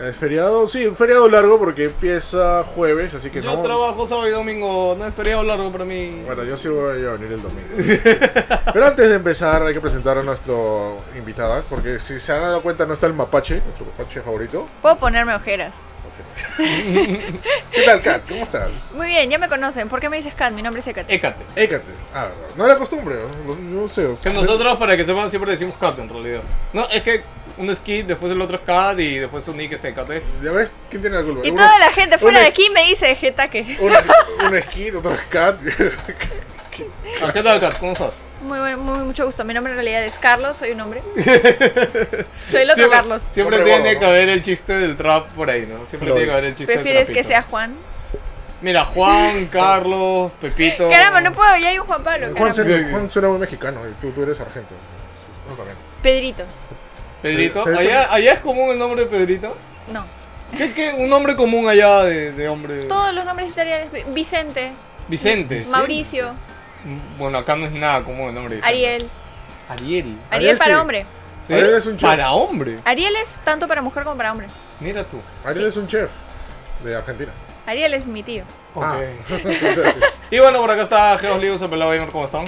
Es feriado, sí, un feriado largo porque empieza jueves, así que Yo no. trabajo sábado y domingo, no es feriado largo para mí. Bueno, yo sí voy a venir el domingo. Pero antes de empezar hay que presentar a nuestro invitada, porque si se han dado cuenta no está el mapache, nuestro mapache favorito. Puedo ponerme ojeras. ¿Qué tal, Kat? ¿Cómo estás? Muy bien, ya me conocen. ¿Por qué me dices Kat? Mi nombre es Ecate. Écate. Écate. Ah, no era costumbre, no, no sé. o Que sea, nosotros, para que sepan, siempre decimos cat en realidad. No, es que uno es kid, después el otro es cat y después un nick es écate. ¿Ya ves? ¿Quién tiene la culpa? Y Una- toda la gente fuera una- de aquí me dice Getaque. Una, una skit, otra es Kat. Ah, ¿Qué tal, cat? ¿Cómo estás? Muy, buen- muy, mucho gusto. Mi nombre en realidad es Carlos, soy un hombre. soy el otro siempre, Carlos. Siempre Hombre tiene gordo, ¿no? que haber el chiste del trap por ahí, ¿no? Siempre Lo- tiene que haber el chiste ¿Prefieres del que trapito. sea Juan? Mira, Juan, Carlos, Pepito. Caramba, no puedo, ya hay un Juan Pablo. Juan, caramba. suena, Juan suena muy mexicano y tú, tú eres argentino. No, también. Pedrito. Pedrito. Pedrito. Allá, allá es común el nombre de Pedrito. No. ¿Qué, qué? Un nombre común allá de, de hombre. Todos los nombres italianos. Vi- Vicente, Vicente. Mauricio, Bueno, acá no es nada común el nombre de Vicente. Ariel. Ariel. Ariel Ariel sí. para hombre. ¿Sí? Ariel es un chef. Para hombre. Ariel es tanto para mujer como para hombre. Mira tú. Ariel es un chef de Argentina. Ariel es mi tío. Ah. Ok. Y bueno, por acá está Geos Ligos, Apelado Gamer, ¿cómo están?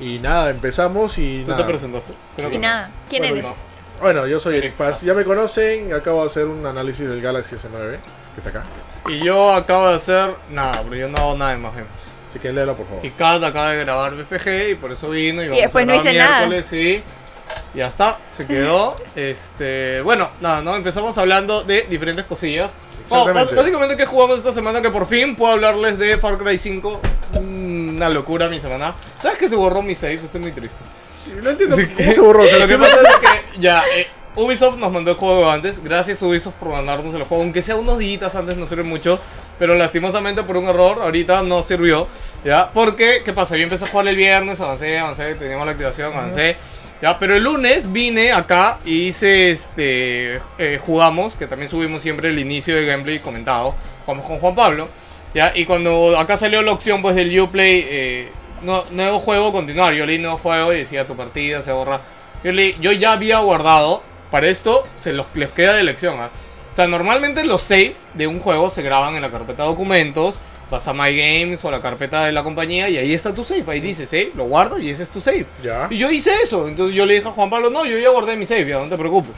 y nada, empezamos y ¿Tú nada. te presentaste? Creo que Y no. nada. ¿Quién Bueno, eres? no. Bueno, yo soy Eric Eric Paz. Paz. Ya me conocen, acabo de hacer un análisis del Galaxy S9, que está acá. Y yo acabo de hacer nada, pero yo no hago nada de más gamers. Así que léelo, por favor. Y Kat acaba de grabar BFG y por eso vino. Y, vamos después a no grabar hice nada. miércoles Y ya está, se quedó. este, bueno, nada, ¿no? Empezamos hablando de diferentes cosillas. Bueno, bas- Exactamente. básicamente que jugamos esta semana que por fin puedo hablarles de Far Cry 5. Una locura mi semana. ¿Sabes que se borró mi save? Estoy muy triste. Sí, no entiendo cómo se borró. o sea, Lo que sí, pasa es que ya eh, Ubisoft nos mandó el juego antes. Gracias Ubisoft por mandarnos el juego, aunque sea unos días antes no sirve mucho, pero lastimosamente por un error ahorita no sirvió, ya. Porque qué pasa, yo empecé a jugar el viernes, avancé, avancé, teníamos la activación, avancé. Ya, pero el lunes vine acá y hice este eh, jugamos, que también subimos siempre el inicio de gameplay comentado, jugamos con Juan Pablo. Ya, y cuando acá salió la opción pues del Uplay eh, no- nuevo juego continuar, yo leí nuevo juego y decía tu partida se borra yo, le- yo ya había guardado. Para esto se los, les queda de elección. ¿ah? O sea, normalmente los save de un juego se graban en la carpeta documentos. Vas a My Games o la carpeta de la compañía y ahí está tu save. Ahí dice save, lo guardas y ese es tu save. Ya. Y yo hice eso. Entonces yo le dije a Juan Pablo, no, yo ya guardé mi save, ya no te preocupes.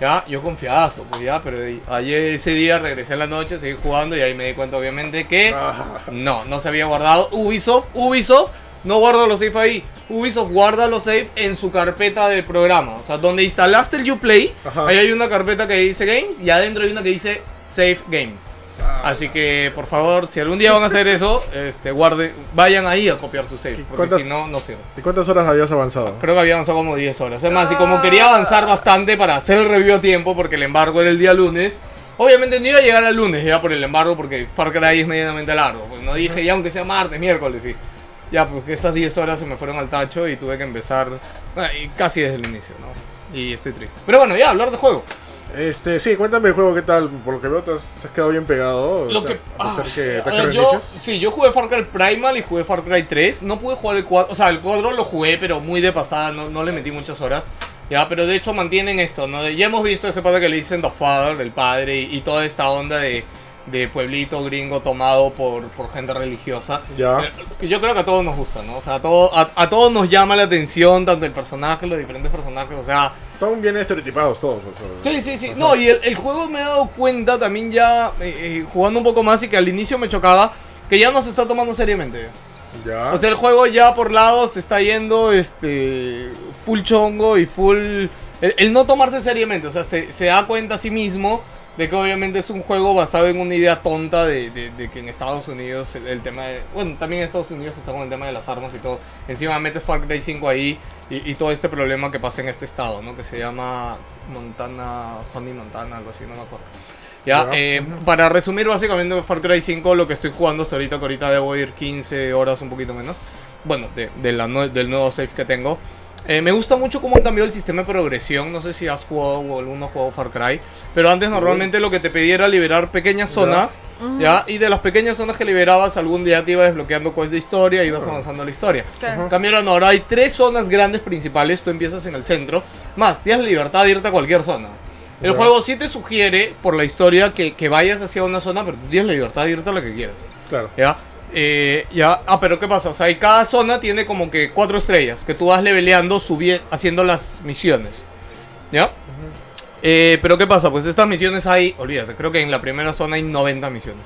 Ya, yo confiazo, pues ya, pero de- ayer ese día regresé en la noche, seguí jugando y ahí me di cuenta obviamente que Ah. no, no se había guardado. Ubisoft, Ubisoft no guarda los safe ahí. Ubisoft guarda los safe en su carpeta de programa. O sea, donde instalaste el Uplay, Ajá. ahí hay una carpeta que dice Games y adentro hay una que dice Save Games. Ah. Así que, por favor, si algún día van a hacer eso, este, guarde, vayan ahí a copiar su save, porque ¿Cuántas- si no, no sirve. ¿Y cuántas horas habías avanzado? Creo que había avanzado como 10 horas. Es más, y como quería avanzar bastante para hacer el review a tiempo, porque el embargo era el día lunes, obviamente no iba a llegar al lunes ya por el embargo, porque Far Cry es medianamente largo. Pues no dije, ya aunque sea martes, miércoles, sí. Ya, pues que esas 10 horas se me fueron al tacho y tuve que empezar bueno, y casi desde el inicio, ¿no? Y estoy triste. Pero bueno, ya, hablar de juego. Este, sí, cuéntame el juego, ¿qué tal? Por lo que veo, te has, te has quedado bien pegado. o Lo sea, que, a pesar ah, que a te ver, yo, sí, yo jugué Far Cry Primal y jugué Far Cry 3. No pude jugar el 4. O sea, el 4 lo jugué, pero muy de pasada. No, no le metí muchas horas. Ya, pero de hecho mantienen esto, ¿no? De- ya hemos visto ese padre que le dicen The Father, el padre, y, y toda esta onda de, de pueblito gringo tomado por, por gente religiosa. Ya. Pero Yo creo que a todos nos gusta, ¿no? O sea, a, todo- a, a todos nos llama la atención, tanto el personaje, los diferentes personajes, o sea, Están bien estereotipados todos. o sea, Sí, sí, sí. No, y el, el juego me he dado cuenta también ya eh, eh, jugando un poco más y que al inicio me chocaba, que ya no se está tomando seriamente. Ya. O sea, el juego ya por lados se está yendo este full chongo y full... El, el no tomarse seriamente, o sea, se, se da cuenta a sí mismo de que obviamente es un juego basado en una idea tonta de, de- de que en Estados Unidos el, el tema de... Bueno, también en Estados Unidos que está con el tema de las armas y todo. Encima mete Far Cry 5 ahí y, y todo este problema que pasa en este estado, ¿no? Que se llama Montana, Honey Montana, algo así, no me acuerdo. Ya, Ya. eh, para resumir básicamente Far Cry 5, lo que estoy jugando hasta ahorita, que ahorita debo ir 15 horas, un poquito menos. Bueno, de, de la nue- del nuevo save que tengo. Eh, me gusta mucho cómo han cambiado el sistema de progresión. No sé si has jugado o alguno ha jugado Far Cry. Pero antes normalmente lo que te pedía era liberar pequeñas zonas. ¿ya? Y de las pequeñas zonas que liberabas algún día te iba desbloqueando quests de historia y ibas avanzando la historia. Claro. Cambiaron ahora, hay tres zonas grandes principales, tú empiezas en el centro, más tienes la libertad de irte a cualquier zona. El Ya. juego sí te sugiere, por la historia, que, que vayas hacia una zona, pero tú tienes la libertad de irte a la que quieras. Claro. ¿Ya? Eh, ya, ah, pero ¿qué pasa? O sea, y cada zona tiene como que cuatro estrellas que tú vas leveleando, subiendo, haciendo las misiones. ¿Ya? Eh, pero ¿qué pasa? Pues estas misiones hay, olvídate, creo que en la primera zona hay 90 misiones.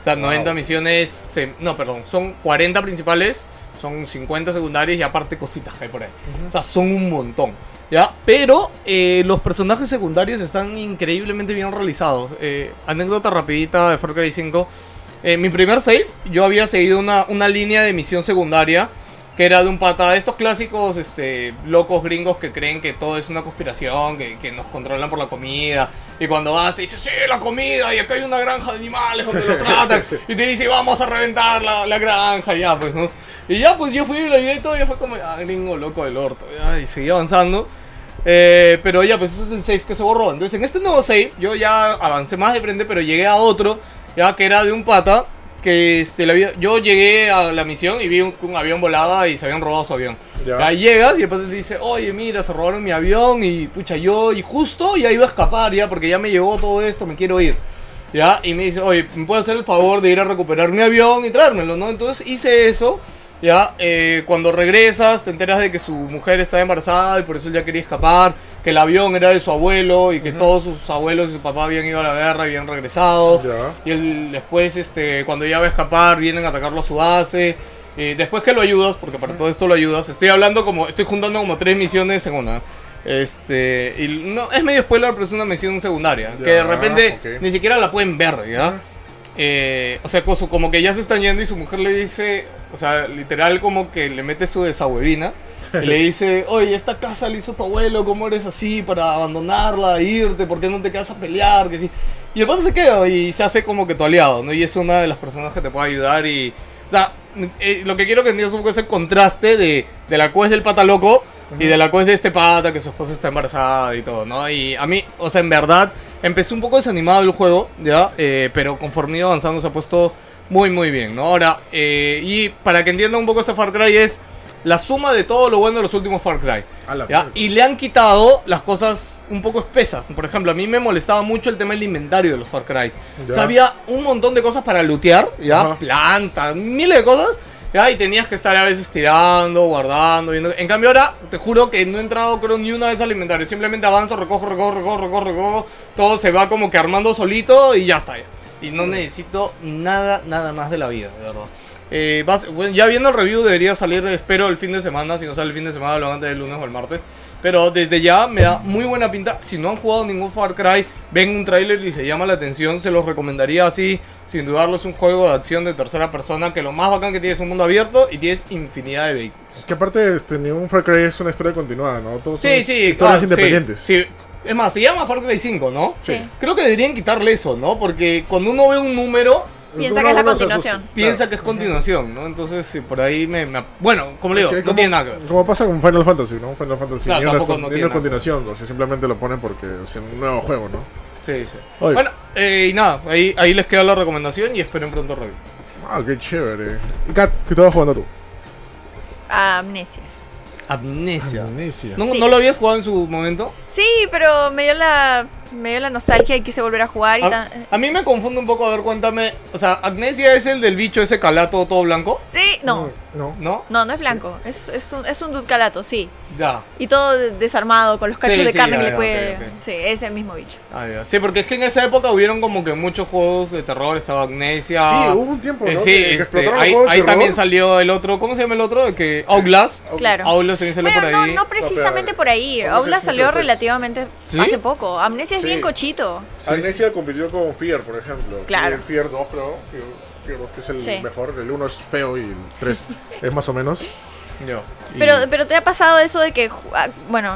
O sea, 90 misiones, se- no, perdón, son 40 principales, son 50 secundarias y aparte cositas que hay por ahí. O sea, son un montón. ¿Ya? Pero eh, los personajes secundarios están increíblemente bien realizados. Eh, anécdota rapidita de Far Cry 5. Eh, mi primer save, yo había seguido una, una línea de misión secundaria que era de un pata. Estos clásicos este, locos gringos que creen que todo es una conspiración, que, que nos controlan por la comida. Y cuando vas te dice, sí, la comida, y acá hay una granja de animales donde los tratan. Y te dice, vamos a reventar la, la granja, ya pues, ¿no? Y ya pues yo fui y lo ayudé y todo, y fue como, ah, gringo loco del orto, ya, y seguí avanzando. Eh, pero ya, pues ese es el save que se borró. Entonces, en este nuevo save, yo ya avancé más de frente, pero llegué a otro, ya que era de un pata. Que este, le había- yo llegué a la misión y vi un, un avión volaba y se habían robado su avión. Ya. Ya llegas y el pata te dice: Oye, mira, se robaron mi avión. Y pucha, yo, y justo ya iba a escapar, ya, porque ya me llegó todo esto, me quiero ir. ¿ya? Y me dice, oye, ¿me puedes hacer el favor de ir a recuperar mi avión y trármelo, no? Entonces hice eso, ¿ya? Eh, cuando regresas te enteras de que su mujer está embarazada y por eso él ya quería escapar, que el avión era de su abuelo y que todos sus abuelos y su papá habían ido a la guerra y habían regresado. Ya. Y él después, este, cuando ya va a escapar, vienen a atacarlo a su base. Eh, después que lo ayudas, porque para todo esto lo ayudas, estoy hablando como, estoy juntando como tres misiones en una. Este, y no, es medio spoiler, pero es una misión secundaria. que de Ya, repente ok. ni siquiera la pueden ver, ¿ya? Eh, o sea, coso- como que ya se están yendo y su mujer le dice, o sea, literal como que le mete su desahuevina. Y le dice, oye, esta casa la hizo tu abuelo, ¿cómo eres así para abandonarla, irte? ¿Por qué no te quedas a pelear? Que sí. Y el pata se queda y se hace como que tu aliado, ¿no? Y es una de las personas que te puede ayudar y... O sea, eh, lo que quiero que entiendas un poco es el contraste de, de la quest del pata loco y de la quest de este pata que su esposa está embarazada y todo, ¿no? Y a mí, o sea, en verdad, empecé un poco desanimado el juego, ¿ya? Eh, pero conforme he ido avanzando se ha puesto muy, muy bien, ¿no? Ahora, eh, y para que entienda un poco este Far Cry es la suma de todo lo bueno de los últimos Far Cry. A la ¿ya? mierda. Y le han quitado las cosas un poco espesas. Por ejemplo, a mí me molestaba mucho el tema del inventario de los Far Cry. Ya. O sea, había un montón de cosas para lootear, ¿ya? Ajá. Plantas, miles de cosas. ¿ya? Y tenías que estar a veces tirando, guardando, viendo. En cambio ahora, te juro que no he entrado creo ni una vez al inventario. Simplemente avanzo, recojo, recojo, recojo, recojo, recojo. Todo se va como que armando solito y ya está. ya. Y no necesito nada, nada más de la vida, de verdad. Eh, vas- bueno, ya viendo el review debería salir, espero, el fin de semana. Si no sale el fin de semana, lo antes del lunes o el martes. Pero desde ya me da muy buena pinta. Si no han jugado ningún Far Cry, ven un tráiler y se llama la atención, se los recomendaría así. Sin dudarlo, es un juego de acción de tercera persona que lo más bacán que tiene es un mundo abierto y tienes infinidad de vehículos. Que aparte, este, ningún Far Cry es una historia continuada, ¿no? Todos son Sí, sí, Historias claro, sí, independientes. sí. Es más, se llama Far Cry 5, ¿no? Sí. Creo que deberían quitarle eso, ¿no? Porque cuando uno ve un número, Piensa Uno- que es la uno se continuación. asusta. piensa Claro. que es continuación, ¿no? Entonces, sí, por ahí me. me- Bueno, como le digo, Que no como- tiene nada que ver. Como pasa con Final Fantasy, ¿no? Final Fantasy Claro, ni una, tampoco con- no ni tiene una nada. continuación, o sea, simplemente lo ponen porque es un nuevo juego, ¿no? Sí, sí. Oye. Bueno, eh, y nada, ahí, ahí les queda la recomendación y esperen pronto review. Ah, qué chévere. Kat, ¿qué estabas jugando tú? Amnesia. Amnesia. Amnesia. ¿No, Sí. ¿No lo habías jugado en su momento? Sí, pero me dio la, me dio la nostalgia y quise volver a jugar. Y A, tan- eh, a mí me confunde un poco, a ver, cuéntame. O sea, Amnesia es el del bicho ese calato todo blanco, Sí, no. No. ¿no? No, no es blanco. Es, es un, es un dude calato, sí. Ya. Y todo de- desarmado, con los cachos Sí, de sí, carne ya, que le ya, puede. ok, ok. Sí, ese mismo bicho. Ah, ya. Sí, porque es que en esa época hubieron como que muchos juegos de terror, estaba Amnesia. Sí, hubo un tiempo, ¿no? Eh, Que- sí, que este, explotaron los ahí, juegos de ahí terror. también salió el otro, ¿cómo se llama el otro? El que Outlast. Claro. Outlast también salió Bueno, por no, ahí. no precisamente por ahí. Amnesia es Obla mucho salió después. relativamente ¿Sí? hace poco. Amnesia es Sí. bien cochito. Amnesia compitió con Fear, por ejemplo. Claro. Y el Fear 2, creo. Fear, Fear 2 que es el Sí. mejor. El 1 es feo y el 3 es más o menos. Yo. Y- Pero, pero te ha pasado eso de que. ju- ah, Bueno.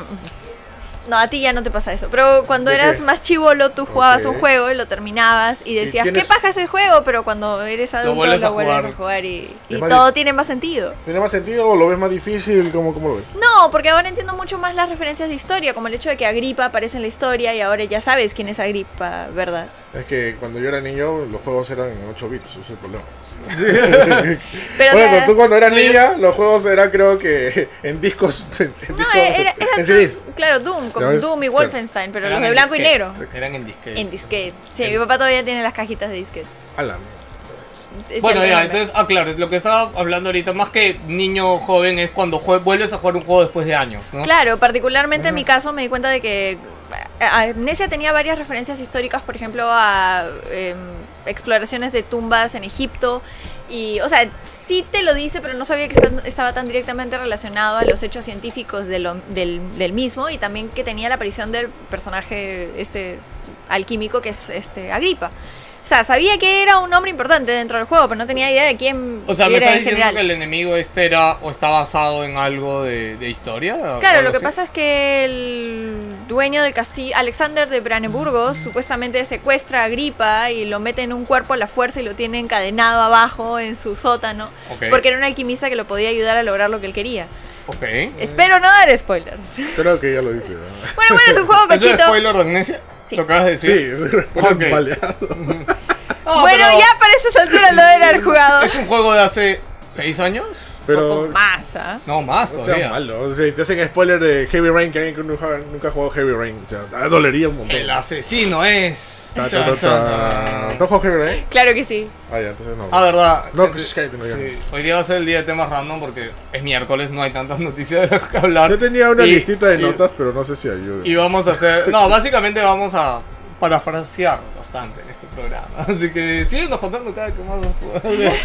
No, a ti ya no te pasa eso. Pero cuando ¿De eras qué? más chivolo, tú jugabas Ok. un juego y lo terminabas y decías, tienes- ¿qué paja es el juego? Pero cuando eres adulto lo vuelves vuelves, a a jugar. jugar y, y Es más todo difícil. tiene más sentido. ¿Tiene más sentido o lo ves más difícil? ¿Cómo, cómo lo ves? No, porque ahora entiendo mucho más las referencias de historia, como el hecho de que Agripa aparece en la historia y ahora ya sabes quién es Agripa, ¿verdad? Es que cuando yo era niño, los juegos eran en 8 bits. Ese es el problema. Pero, o Por sea, eso, tú cuando eras Sí. niña, los juegos eran creo que en discos. En, en no, discos, era, era en Doom, CDs. claro, Doom, Ya como ves, Doom y claro. Wolfenstein, pero Eran los de en blanco y disquete. negro. Eran en disquete. En disquete. Sí, En- mi papá todavía tiene las cajitas de disquete. A la- Es Bueno, el ya, remember. entonces, ah, claro, lo que estaba hablando ahorita, más que niño joven, es cuando jue- vuelves a jugar un juego después de años, ¿no? Claro, particularmente en mi caso me di cuenta de que a- Amnesia tenía varias referencias históricas, por ejemplo, a em, exploraciones de tumbas en Egipto. Y, o sea, sí te lo dice, pero no sabía que estan- estaba tan directamente relacionado a los hechos científicos de lo- del, del mismo y también que tenía la aparición del personaje este alquímico que es este Agripa. O sea, sabía que era un hombre importante dentro del juego, pero no tenía idea de quién O sea, ¿me era estás en diciendo general. que el enemigo este era o está basado en algo de, de historia? o Claro, algo lo que así? pasa es que el dueño del castillo, Alexander de Brandeburgo, supuestamente secuestra a Agripa y lo mete en un cuerpo a la fuerza y lo tiene encadenado abajo en su sótano, Ok, porque era un alquimista que lo podía ayudar a lograr lo que él quería. ok. Espero no dar spoilers. Creo que ya lo dije. ¿no? Bueno, bueno, es un juego ¿Eso es cochito. spoiler de Amnesia? Sí. ¿Lo acabas de Sí, decir? es un Ok. baleado. Ah, bueno, pero ya para estas alturas lo deben haber jugado. ¿Es un juego de hace seis años? Pero Poco más, ¿ah? No, más no todavía. sea malo. O sea, te hacen spoiler de Heavy Rain que alguien que nunca, nunca ha jugado Heavy Rain. O sea, ah, dolería un montón. El asesino es... Ta, ta, ta, ta. ¿No has jugado Heavy Rain? Claro que sí. Ah, ya, entonces no. Ah, verdad. No, Gente- que- cállate, no sí, digan. Hoy día va a ser el día de temas random porque es miércoles, no hay tantas noticias de las que hablar. Yo tenía una Y- listita de y- notas, pero no sé si ayuda. Y vamos a hacer. No, básicamente vamos a parafrasear bastante en este programa. Así que síguenos contando cada que más.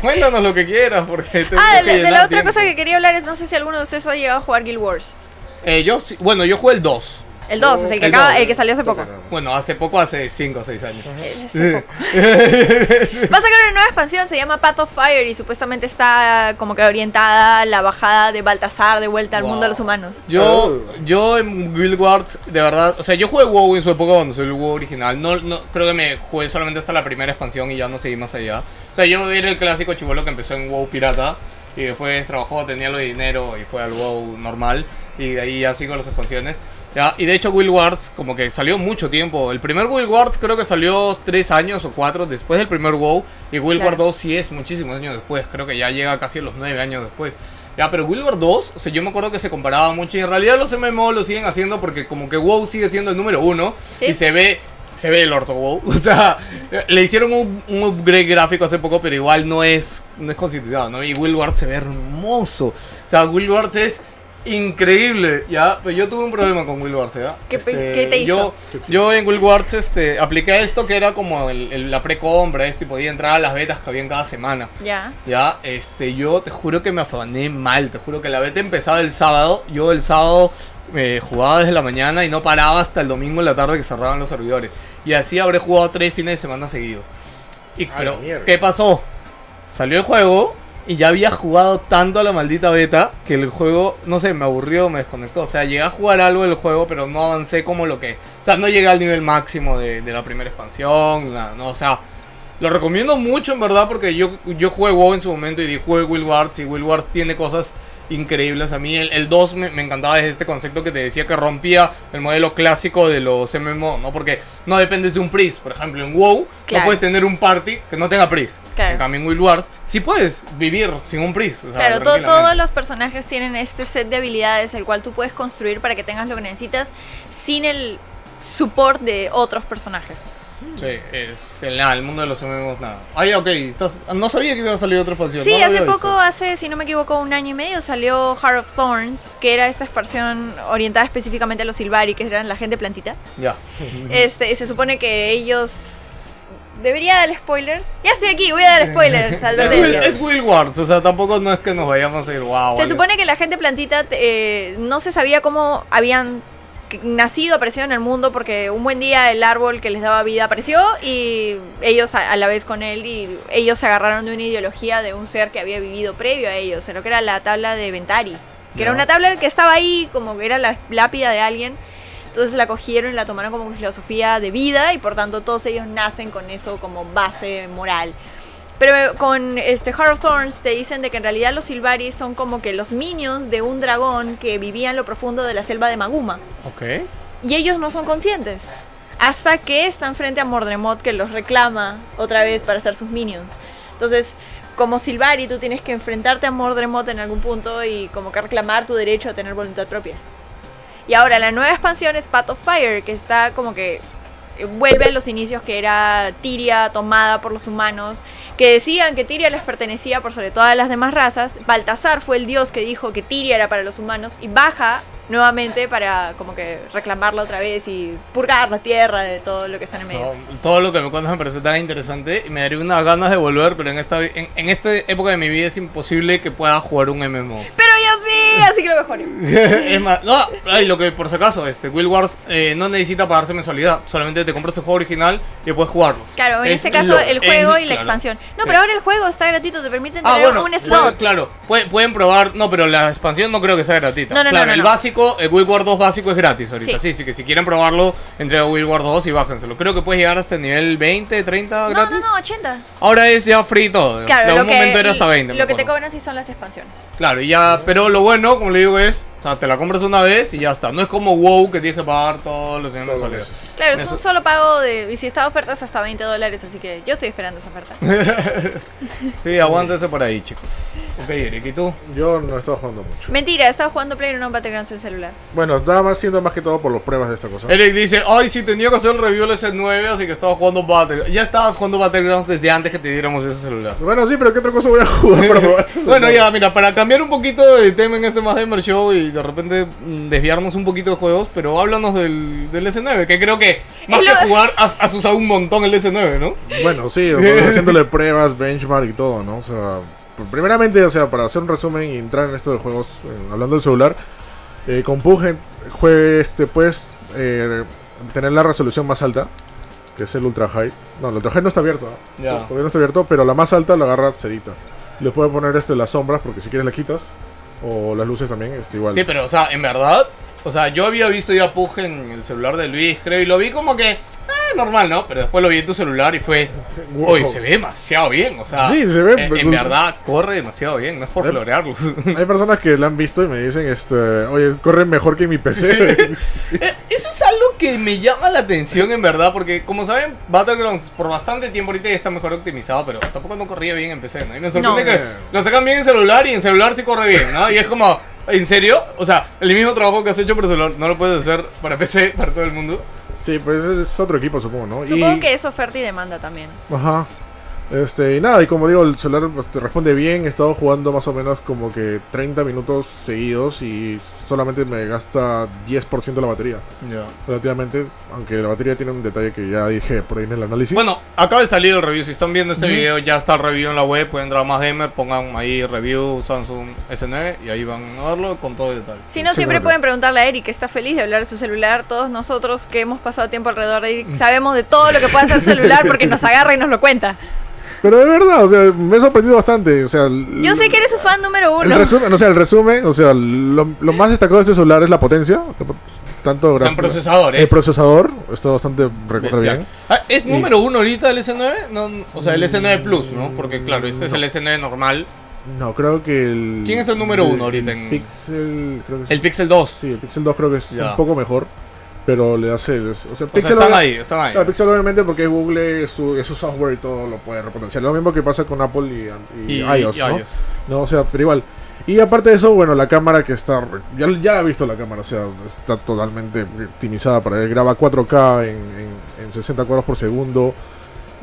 Cuéntanos lo que quieras, porque te Ah, de, la- de la otra cosa que quería hablar es, no sé si alguno de ustedes ha llegado a jugar Guild Wars. Eh, yo, sí- bueno, yo jugué el 2. El 2, es el que, El acaba, dos. el que salió hace poco. Eh, Bueno, hace poco, hace 5 o 6 años. Hace poco. Va a sacar una nueva expansión, se llama Path of Fire y supuestamente está como que orientada a la bajada de Baltasar de vuelta al Wow. mundo de los humanos. Yo, Oh. yo en Guild Wars, de verdad, o sea, yo jugué WoW en su época cuando soy el WoW original. No, no, creo que me jugué solamente hasta la primera expansión y ya no seguí más allá. O sea, yo era el clásico chivolo que empezó en WoW pirata y después trabajó, tenía lo de dinero y fue al WoW normal y de ahí ya sigo las expansiones. Ya, y de hecho Guild Wars como que salió mucho tiempo. El primer Guild Wars creo que salió tres años o cuatro después del primer WoW. Y Guild Wars Claro. 2 sí es muchísimos años después. Creo que ya llega casi a los nueve años después. Ya, pero Guild Wars 2, o sea, yo me acuerdo que se comparaba mucho. Y en realidad los MMO lo siguen haciendo porque como que WoW sigue siendo el número uno. Sí. Y se ve... Se ve el orto WoW. O sea, le hicieron un, un upgrade gráfico hace poco, pero igual no es, no es concientizado, ¿no? Y Guild Wars se ve hermoso. O sea, Guild Wars es increíble, ¿ya? Pero yo tuve un problema con Guild Wars, ¿ya? Este, ¿Qué pe- qué te hizo? Yo, yo en Guild Wars este, apliqué esto que era como el- el- la pre-compra, esto, y podía entrar a las betas que habían cada semana. Ya. Ya, este, yo te juro que me afané mal, te juro que la beta empezaba el sábado, yo el sábado eh, jugaba desde la mañana y no paraba hasta el domingo en la tarde que cerraban los servidores. Y así habré jugado tres fines de semana seguidos. Y, la pero, mierda. ¿qué pasó? Salió el juego y ya había jugado tanto a la maldita beta que el juego, no sé, me aburrió, me desconectó. O sea, llegué a jugar algo del juego, pero no avancé como lo que... O sea, no llegué al nivel máximo de, de la primera expansión, nada, no, o sea... Lo recomiendo mucho, en verdad, porque yo, yo jugué WoW en su momento y jugué Will Wars y Will Wars tiene cosas increíbles. A mí el, el 2 me, me encantaba desde este concepto que te decía que rompía el modelo clásico de los MMO, ¿no? Porque no dependes de un priest, por ejemplo, en WoW Claro. no puedes tener un party que no tenga priest. Claro. En cambio en Will Wars sí puedes vivir sin un priest. o sea, Claro, to- tranquilamente. todos los personajes tienen este set de habilidades el cual tú puedes construir para que tengas lo que necesitas sin el support de otros personajes. Sí, es en la- el mundo de los MMOs nada. Ah, ya, ok. estás- no sabía que iba a salir otra expansión. Sí, no lo hace había poco, visto. hace, si no me equivoco, un año y medio salió Heart of Thorns, que era esta expansión orientada específicamente a los Silvari, que eran la gente plantita. Ya. Este, se supone que ellos. Debería dar spoilers. Ya estoy aquí, voy a dar spoilers. Es Will, advertencia. es Ah, Will Wars, o sea, tampoco no es que nos vayamos a ir, wow. Se supone que la gente plantita eh, no se sabía cómo habían c- nacido, aparecido en el mundo, porque un buen día el árbol que les daba vida apareció y ellos a, a la vez con él y ellos se agarraron de una ideología de un ser que había vivido previo a ellos, en lo que era la tabla de Ventari, que era Ya. una tabla que estaba ahí como que era la lápida de alguien. Entonces la cogieron y la tomaron como filosofía de vida y por tanto todos ellos nacen con eso como base moral. Pero con este Heart of Thorns te dicen de que en realidad los Silvaris son como que los minions de un dragón que vivía en lo profundo de la selva de Maguma. Ok. Y ellos no son conscientes. Hasta que están frente a Mordremoth que los reclama otra vez para ser sus minions. Entonces, como Silvari, tú tienes que enfrentarte a Mordremoth en algún punto y como que reclamar tu derecho a tener voluntad propia. Y ahora la nueva expansión es Path of Fire, que está como que eh, vuelve a los inicios que era Tiria tomada por los humanos, que decían que Tiria les pertenecía por sobre todas las demás razas. Baltasar fue el dios que dijo que Tiria era para los humanos y baja nuevamente para como que reclamarla otra vez y purgar la tierra de todo lo que está en medio. No, todo lo que me cuentas me parece tan interesante y me daría unas ganas de volver, pero en esta, vi- en, en esta época de mi vida es imposible que pueda jugar un MMO. Pero yo sí, así que lo mejor. es más, no, ay, lo que por si acaso, este, Guild Wars eh, no necesita pagarse mensualidad, solamente te compras el juego original y puedes jugarlo. Claro, en Es ese caso lo- el juego es- y la claro. expansión. No, Sí. pero ahora el juego está gratuito, te permiten tener Ah, bueno, un puede- slot. claro, pueden, pueden probar, no, pero la expansión no creo que sea gratuita. No, no, no, Claro, no, el no. básico, el Guild Wars 2 básico es gratis ahorita. Sí, Sí. sí, que si quieren probarlo, entre a Guild Wars 2 y bájenselo. Creo que puedes llegar hasta el nivel 20, 30 No, gratis. no, no, 80. Ahora es ya free todo. Claro, en lo algún que, momento era hasta 20. me lo que te acuerdo. cobran sí son las expansiones. Claro, y ya, pero lo bueno, como le digo, es, o sea, te la compras una vez y ya está. No es como WoW que tienes que pagar todos los años Todos los mensualidad. meses. Claro, es Eso. un solo pago de. Y si está oferta es hasta 20 dólares, así que yo estoy esperando esa oferta. Sí, aguántese por ahí, chicos. Ok, Eric, ¿y tú? Yo no he estado jugando mucho. Mentira, estaba jugando PlayerUnknown's Battlegrounds en celular. Bueno, nada más siendo más que todo por las pruebas de esta cosa. Eric dice, ay, sí, tenía que hacer el review del S9, así que estaba jugando Battlegrounds. Ya estabas jugando Battlegrounds desde antes que te diéramos ese celular. Bueno, sí, pero ¿qué otra cosa voy a jugar para probar? esta bueno, semana? ya, mira, para cambiar un poquito de tema en este Más Gamer Show y de repente mm, desviarnos un poquito de juegos, pero háblanos del, del S9, que creo que más Es que lo- jugar has, has usado un montón el S9, ¿no? Bueno, sí, o sea, haciéndole pruebas, benchmark y todo, ¿no? O sea, pues, primeramente, o sea, para hacer un resumen y entrar en esto de juegos, eh, hablando del celular, eh, con Pug en- jue- este, puedes eh, tener la resolución más alta, que es el Ultra High. No, el Ultra High no está abierto, ¿ah? Ya. todavía no está abierto, pero la más alta la agarra sedita. Le puedes poner este, las sombras, porque si quieres la quitas, o las luces también, este, igual. Sí, pero, o sea, en verdad, o sea, yo había visto ya Pug en el celular de Luis, creo, y lo vi como que, ah, normal, ¿no? Pero después lo vi en tu celular y fue, Wow. uy, se ve demasiado bien, o sea, Sí, se ve, en- En, pero- verdad, corre demasiado bien, no es por Eh. florearlos. Hay personas que la han visto y me dicen, este, oye, corre mejor que mi PC. Eh, Eso es algo que me llama la atención, en verdad, porque, como saben, Battlegrounds por bastante tiempo ahorita ya está mejor optimizado, pero tampoco no corría bien en PC, ¿no? Y me sorprende No. que lo sacan bien en celular y en celular sí corre bien, ¿no? Y es como, ¿en serio? O sea, el mismo trabajo que has hecho por celular no lo puedes hacer para PC, para todo el mundo. sí, pues es otro equipo, supongo, ¿no? Supongo Y- que es oferta y demanda también. Ajá. Este, y nada, y como digo, el celular pues, te responde bien. He estado jugando más o menos como que 30 minutos seguidos y solamente me gasta 10% la batería. Relativamente, aunque la batería tiene un detalle que ya dije por ahí en el análisis. Bueno, acaba de salir el review. Si están viendo este video, ya está el review en la web. Pueden entrar a más gamer, pongan ahí review Samsung S9 y ahí van a verlo con todo detalle. Si no, Sí, siempre claro. pueden preguntarle a Eric, que está feliz de hablar de su celular. Todos nosotros que hemos pasado tiempo alrededor de Mm. Eric sabemos de todo lo que puede hacer el celular porque nos agarra y nos lo cuenta. Pero de verdad, o sea, me he sorprendido bastante. O sea, Yo sé que eres su fan número el uno. resumen, o sea, el resumen, o sea, lo, lo más destacado de este celular es la potencia. Tanto Son gráfica- procesadores. El procesador está bastante recorre Bestial. bien. Ah, ¿Es número uno ahorita el S9? No, no, o sea, el Mm, S9 Plus, ¿no? Porque claro, este es el S9 normal. No, creo que el. ¿Quién es el número uno ahorita en- Pixel. Creo que es- El Pixel 2. Sí, el Pixel 2 creo que es Ya. un poco mejor, pero le hace... O sea, O sea, Pixel están obvia- ahí, están ahí. Claro, Pixel obviamente porque Google es su, es su software y todo lo puede repotenciar. Lo mismo que pasa con Apple y, y Y- iOS, y ¿no? iOS. No, o sea, pero igual. Y aparte de eso, bueno, la cámara que está... re- Ya, ya la he visto la cámara, o sea, está totalmente optimizada para él. Graba 4K en, en- en 60 cuadros por segundo.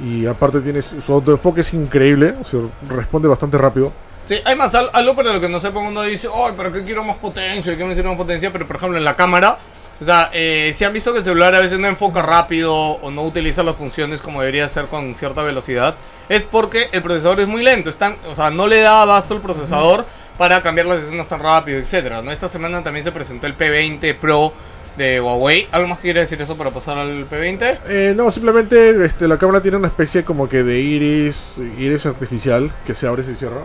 Y aparte tiene su, su autoenfoque es increíble, o sea, responde bastante rápido. Sí, hay más al- algo para lo que no sepan, uno dice, ay, pero que quiero más potencia, que me sirve más potencia, pero por ejemplo en la cámara, o sea, eh, si han visto que el celular a veces no enfoca rápido o no utiliza las funciones como debería ser con cierta velocidad, es porque el procesador es muy lento, están, o sea, no le da abasto el procesador para cambiar las escenas tan rápido, etcétera, ¿no? Esta semana también se presentó el P20 Pro de Huawei, ¿algo más que quiere decir eso para pasar al P20? Eh, no, simplemente este, la cámara tiene una especie como que de iris, iris artificial que se abre y se cierra.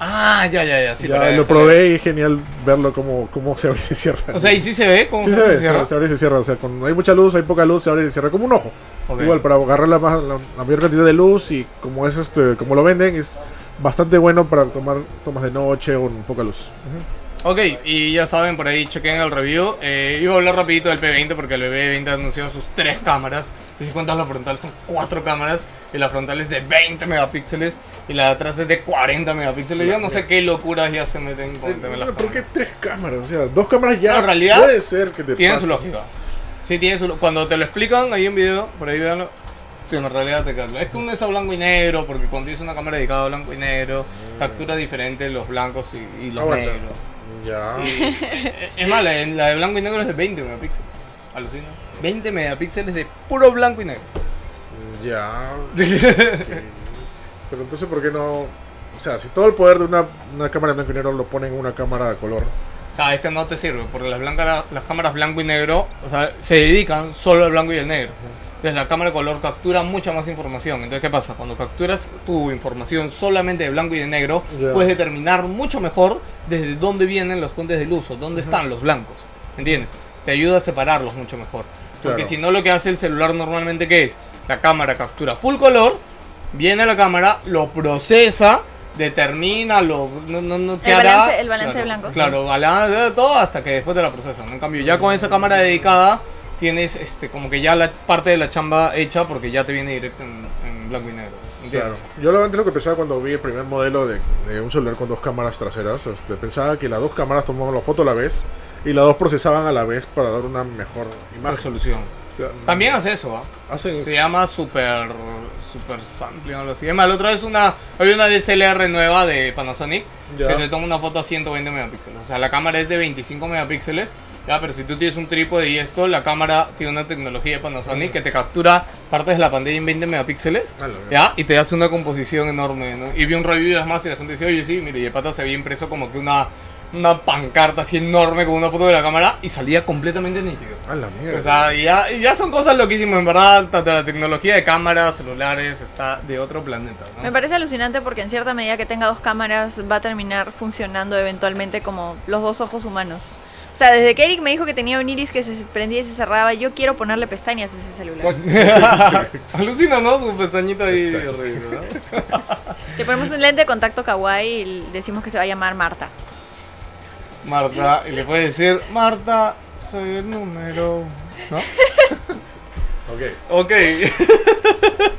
Ah, ya, ya, ya, sí, ya para- lo probé y es genial verlo como, como se abre y se cierra. O sea, y sí se ve cómo Sí se se ve, se, cierra? se abre y se cierra. O sea, con, hay mucha luz, hay poca luz, se abre y se cierra como un ojo. Ok. Igual, para agarrar la, más- la- la mayor cantidad de luz y como es este, como lo venden, es bastante bueno para tomar tomas de noche o con poca luz. Ok, y ya saben, por ahí chequen el review. Eh, iba a hablar rapidito del P20 porque el P20 anunció sus tres cámaras. Y si cuentas la frontal son cuatro cámaras. Y la frontal es de 20 megapíxeles. Y la de atrás es de 40 megapíxeles. Yo no sé qué locuras ya se meten con el tema de las Ah, ¿Por qué cámaras. tres cámaras? O sea, dos cámaras ya No, en realidad, puede ser que te Tiene pase. su lógica. Sí, tiene su lo- Cuando te lo explican, hay un video, por ahí véanlo. Sí, en realidad te captura. Es que uno es a blanco y negro, porque cuando tienes una cámara dedicada a blanco y negro, captura diferente los blancos y, y los Aguanta. negros. Ya. Eh, Es más, la de, la de blanco y negro es de 20 megapíxeles. Alucina. 20 megapíxeles de puro blanco y negro. Ya. ok. Pero entonces, ¿por qué no? O sea, si todo el poder de una, una cámara de blanco y negro lo ponen en una cámara de color. Ah, es que no te sirve, porque las, blancas, las cámaras blanco y negro, o sea, se dedican solo al blanco y al negro. Entonces la cámara de color captura mucha más información. Entonces, ¿qué pasa? Cuando capturas tu información solamente de blanco y de negro, Ya. puedes determinar mucho mejor desde dónde vienen las fuentes de luz o dónde están los blancos. ¿Entiendes? Te ayuda a separarlos mucho mejor. Porque Claro. si no, lo que hace el celular normalmente, ¿qué es? La cámara captura full color, viene a la cámara, lo procesa, determina, lo, no, no, no te El hará- balance- el balance de claro, blancos. Claro, balance de todo hasta que después te la procesan. En cambio, ya con esa cámara dedicada, tienes este como que ya la parte de la chamba hecha porque ya te viene directo en, en blanco y negro. Claro. ¿entiendes? Yo lo, antes lo que pensaba cuando vi el primer modelo de, de un celular con dos cámaras traseras, este, pensaba que las dos cámaras tomaban la foto a la vez y las dos procesaban a la vez para dar una mejor imagen. Resolución. O sea, También hace eso, ¿ah? hacen Se llama Super Super Sampling o algo así. Es más, la otra vez una hay una DSLR nueva de Panasonic Ya. que te toma una foto a 120 megapíxeles. O sea, la cámara es de 25 megapíxeles. Ya, pero si tú tienes un trípode y esto, la cámara tiene una tecnología de Panasonic que te captura partes de la pantalla en 20 megapíxeles. Ah, la Ya, y te hace una composición enorme, ¿no? Y vi un review más y la gente dice, oye, sí, mire, y el pata se había impreso como que una, una pancarta así enorme con una foto de la cámara y salía completamente nítido. A la mierda. O sea, y ya, y ya son cosas loquísimas, en verdad. Tanto la tecnología de cámaras, celulares, está de otro planeta, ¿no? Me parece alucinante porque en cierta medida que tenga dos cámaras va a terminar funcionando eventualmente como los dos ojos humanos. O sea, desde que Eric me dijo que tenía un iris que se prendía y se cerraba, yo quiero ponerle pestañas a ese Pues, celular. Alucina, ¿no? Su pestañita ahí. Está. horrible, ¿no? Le ponemos un lente de contacto kawaii y decimos que se va a llamar Marta. Marta, y le puedes decir, Marta, soy el número. ¿No? Ok. Ok.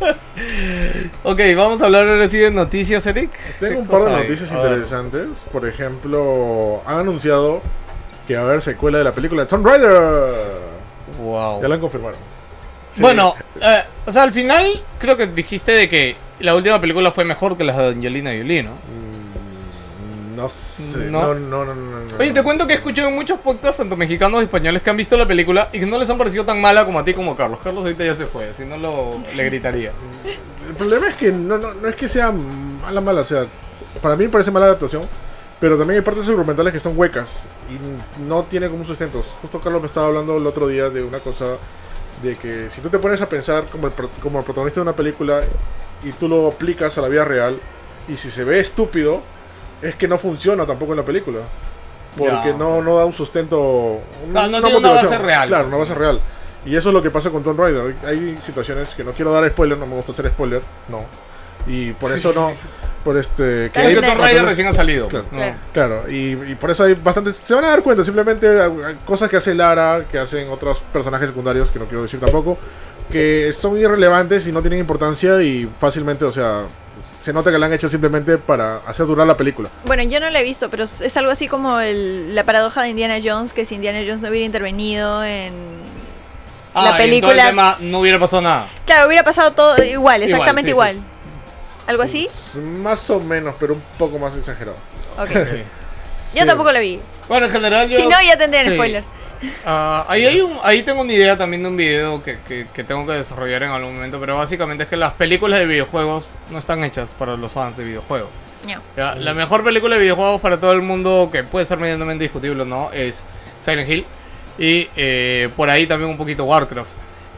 ok, vamos a hablar ahora sí de noticias, Eric. Tengo ¿Qué un par de cosa hay? noticias A ver. interesantes. Por ejemplo, han anunciado que va a haber secuela de la película de Tomb Raider. Wow. Ya la han confirmado. Sí. Bueno, eh, o sea, al final creo que dijiste de que la última película fue mejor que las de Angelina Jolie, ¿no? Mm, No sé. No. No, no, no, no. no, Oye, no. te cuento que he escuchado en muchos podcasts, tanto mexicanos y españoles, que han visto la película y que no les han parecido tan mala como a ti como a Carlos. Carlos ahorita ya se fue, si no lo, le gritaría. El problema es que no, no, no es que sea mala, mala. O sea, para mí me parece mala adaptación. Pero también hay partes argumentales que son huecas y no tiene como un sustento. Justo Carlos me estaba hablando el otro día de una cosa de que si tú te pones a pensar como el, pro- como el protagonista de una película y tú lo aplicas a la vida real y si se ve estúpido es que no funciona tampoco en la película. Porque Ya. no, no da un sustento... Claro, no tiene una motivación. base real. Claro, una base real. Y eso es lo que pasa con Tomb Raider. Hay situaciones que no quiero dar spoiler, no me gusta hacer spoiler, no. Y por eso no... Por este... Creo que Claro, Tomb Raider bastantes- recién ha salido. Claro. ¿no? Claro. Claro, y, y por eso hay bastantes. Se van a dar cuenta, simplemente ah, cosas que hace Lara, que hacen otros personajes secundarios, que no quiero decir tampoco, que son irrelevantes y no tienen importancia y fácilmente, o sea, se nota que la han hecho simplemente para hacer durar la película. Bueno, yo no la he visto, pero es algo así como el- la paradoja de Indiana Jones, que si Indiana Jones no hubiera intervenido en Ah, y en la todo el película... tema no hubiera pasado nada. Claro, hubiera pasado todo igual, exactamente Igual, igual. sí, ¿Algo así? Es Más o menos, pero un poco más exagerado. Ok. Sí. Yo tampoco la vi. Bueno, en general yo... Si no, ya tendrían Sí. spoilers. Ah, ahí, hay un- ahí tengo una idea también de un video que, que- que tengo que desarrollar en algún momento, pero básicamente es que las películas de videojuegos no están hechas para los fans de videojuegos. No. Ya, La mejor película de videojuegos para todo el mundo, que puede ser medianamente discutible o no, es Silent Hill. Y eh, por ahí también un poquito Warcraft.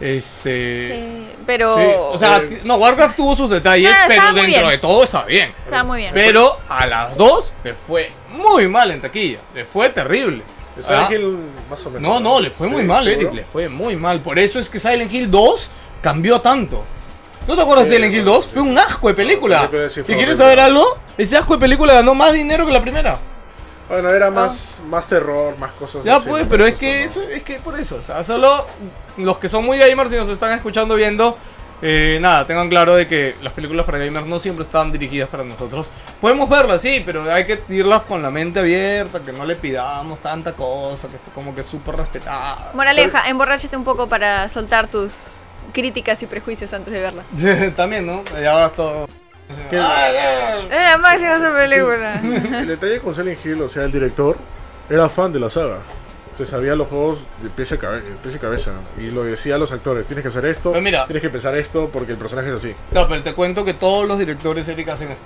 Este. Sí, sí, pero... o sea, ti- no, Warcraft tuvo sus detalles, Nada, pero estaba muy dentro bien. de todo está bien. Estaba muy bien. Pero a las dos le fue muy mal en taquilla. Le fue terrible. Es Ah, Ángel, más o menos. no, no, le fue muy Sí, mal, eh. seguro. Eric. Le fue muy mal. Por eso es que Silent Hill 2 cambió tanto. ¿No te acuerdas de Sí, Silent Hill bueno, 2? sí. Fue un asco de película. La película sí si fue quieres horrible. saber algo, ese asco de película ganó más dinero que la primera. Bueno, era más, más terror, más cosas Ya así, pues, ¿no? pero es Eso, que ¿no? eso, es que por eso, o sea, solo los que son muy gamers y nos están escuchando viendo, eh, nada, tengan claro de que las películas para gamers no siempre están dirigidas para nosotros. Podemos verlas, sí, pero hay que irlas con la mente abierta, que no le pidamos tanta cosa, que esté como que súper respetada. Moraleja, emborráchate un poco para soltar tus críticas y prejuicios antes de verla. También, ¿no? Ya vas todo. Ah, Que- Ay, ay. Era Eh, máxima esa película. El detalle con Silent Hill, o sea, el director era fan de la saga. Se sabía los juegos de pies a, cabe- de pies a cabeza. Y lo decía a los actores: tienes que hacer esto, Pues mira. tienes que pensar esto, porque el personaje es así. No, pero te cuento que todos los directores, Eric, hacen eso.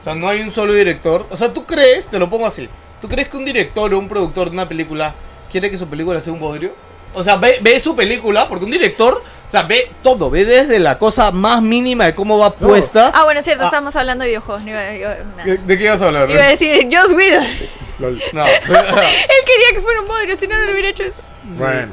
O sea, no hay un solo director. O sea, tú crees, te lo pongo así. ¿Tú crees que un director o un productor de una película quiere que su película sea un bodrio? O sea, ve, ve su película, porque un director, o sea, ve todo, ve desde la cosa más mínima de cómo va puesta. Ah, bueno, es cierto, Ah. estamos hablando de videojuegos. No iba, iba- nada. ¿De, de qué ibas a hablar? Iba a decir, Joss Whedon. Lol. No. Él quería que fuera un bodrio, si no, no lo hubiera hecho eso. Bueno.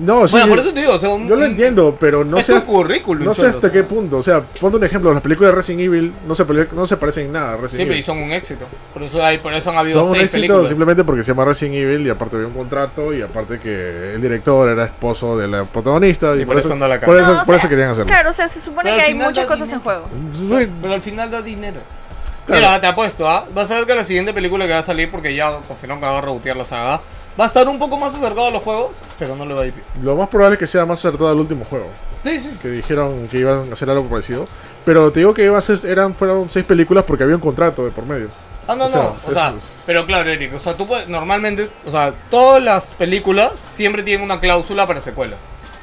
No, sí. bueno, por eso te digo, o sea, un- Yo lo entiendo, pero no es sé. tu hasta- currículum. No sé cholo, o hasta sea. qué punto. O sea, ponte un ejemplo: las películas de Resident Evil no se, pare- no se parecen en nada. a Sí, Resident pero Evil. y son un éxito. Por eso, hay, por eso han habido Son un seis éxito películas. simplemente porque se llama Resident Evil y aparte había un contrato y aparte que el director era esposo de la protagonista y, por, eso, anda la por cara. eso, No, o por sea, eso querían hacerlo. Claro, o sea, se supone Pero que al hay final muchas da cosas en juego. Sí, Pero al final da dinero. Claro. Mira, te apuesto, ¿ah? Vas a ver que la siguiente película que va a salir, porque ya confirmaron que va a rebotear la saga, va a estar un poco más acercado a los juegos, pero no le va a ir bien. Lo más probable es que sea más acertado el último juego. Sí, sí. Que dijeron que iban a hacer algo parecido. Pero te digo que iba a ser, eran, fueron seis películas porque había un contrato de por medio. Ah, no, O no. sea, O sea, eso es- pero claro, Eric, o sea, tú puedes, normalmente, o sea, todas las películas siempre tienen una cláusula para secuelas.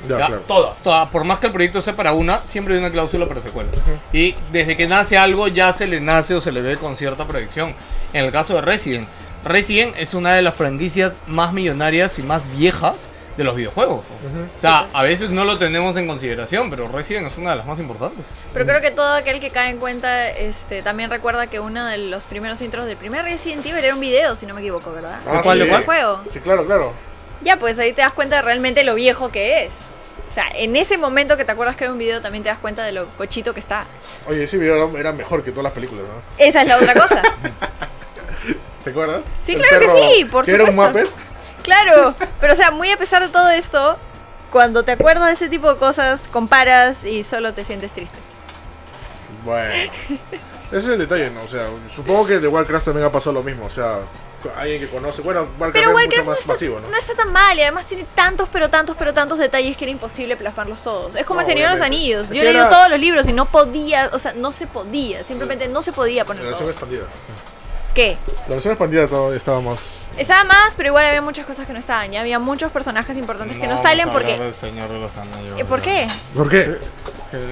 Ya, ¿ya? claro. Todas, todas. Por más que el proyecto sea para una, siempre hay una cláusula para secuela. Y desde que nace algo, ya se le nace o se le ve con cierta proyección. En el caso de Resident, Resident es una de las franquicias más millonarias y más viejas de los videojuegos. O sea, pues. a veces no lo tenemos en consideración, pero Resident es una de las más importantes. Pero creo que todo aquel que cae en cuenta este, también recuerda que uno de los primeros intros del primer Resident Evil era un video, si no me equivoco, ¿verdad? Ah, cuál, sí. de cuál? juego. Sí, claro, claro. Ya, pues ahí te das cuenta de realmente lo viejo que es. O sea, en ese momento que te acuerdas que hay un video, también te das cuenta de lo cochito que está. Oye, ese video era, era mejor que todas las películas, ¿no? Esa es la otra cosa. ¿Te acuerdas? Sí, claro que sí, por que era un supuesto. Muppet? Claro, pero o sea, muy a pesar de todo esto, cuando te acuerdas de ese tipo de cosas, comparas y solo te sientes triste. Bueno. Ese es el detalle, ¿no? O sea, supongo que de Warcraft también ha pasado lo mismo. O sea, alguien que conoce. Bueno, Warcraft Pero es Warcraft mucho no más está, masivo, ¿no? no está tan mal y además tiene tantos, pero tantos, pero tantos detalles que era imposible plasmarlos todos. Es como No, el Señor de los obviamente. Anillos. Es Yo que he leído era- todos los libros y no podía, o sea, no se podía, simplemente no se podía La poner versión todo. expandida. ¿Qué? La versión expandida todo- estaba más. Estaba más, pero igual había muchas cosas que no estaban. Ya había muchos personajes importantes que no salen porque... ¿Eh, ¿Por qué? ¿Por qué?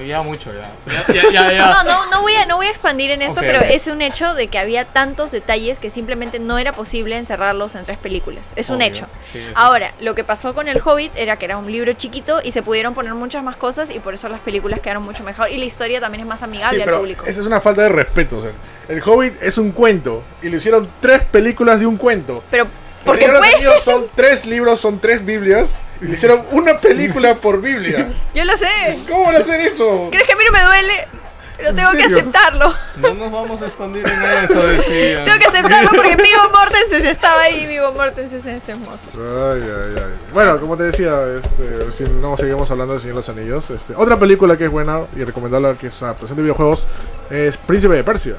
Ya mucho, ya. Ya, ya, ya, ya. No, no, no voy a, no voy a expandir en esto, Ok, pero ok. es un hecho de que había tantos detalles que simplemente no era posible encerrarlos en tres películas. Es un Obvio, hecho. sí, sí. Ahora, lo que pasó con el Hobbit era que era un libro chiquito y se pudieron poner muchas más cosas y por eso las películas quedaron mucho mejor y la historia también es más amigable Sí, al pero público. esa es una falta de respeto. o sea, el Hobbit es un cuento y le hicieron tres películas de un cuento. Pero El porque Señor de los puede- Anillos son tres libros, son tres Biblias y le hicieron una película por Biblia. yo lo sé. ¿Cómo van a hacer eso? ¿Crees que a mí no me duele? Pero ¿En tengo que serio? aceptarlo. No nos vamos a expandir en eso, decía. Tengo que aceptarlo porque Vigo Mortensen estaba ahí. Vigo Mortensen es hermoso. Ay, ay, ay. Bueno, como te decía, este, si no seguimos hablando de Señor de los Anillos, este, otra película que es buena y recomendable que es adaptación de videojuegos es Príncipe de Persia.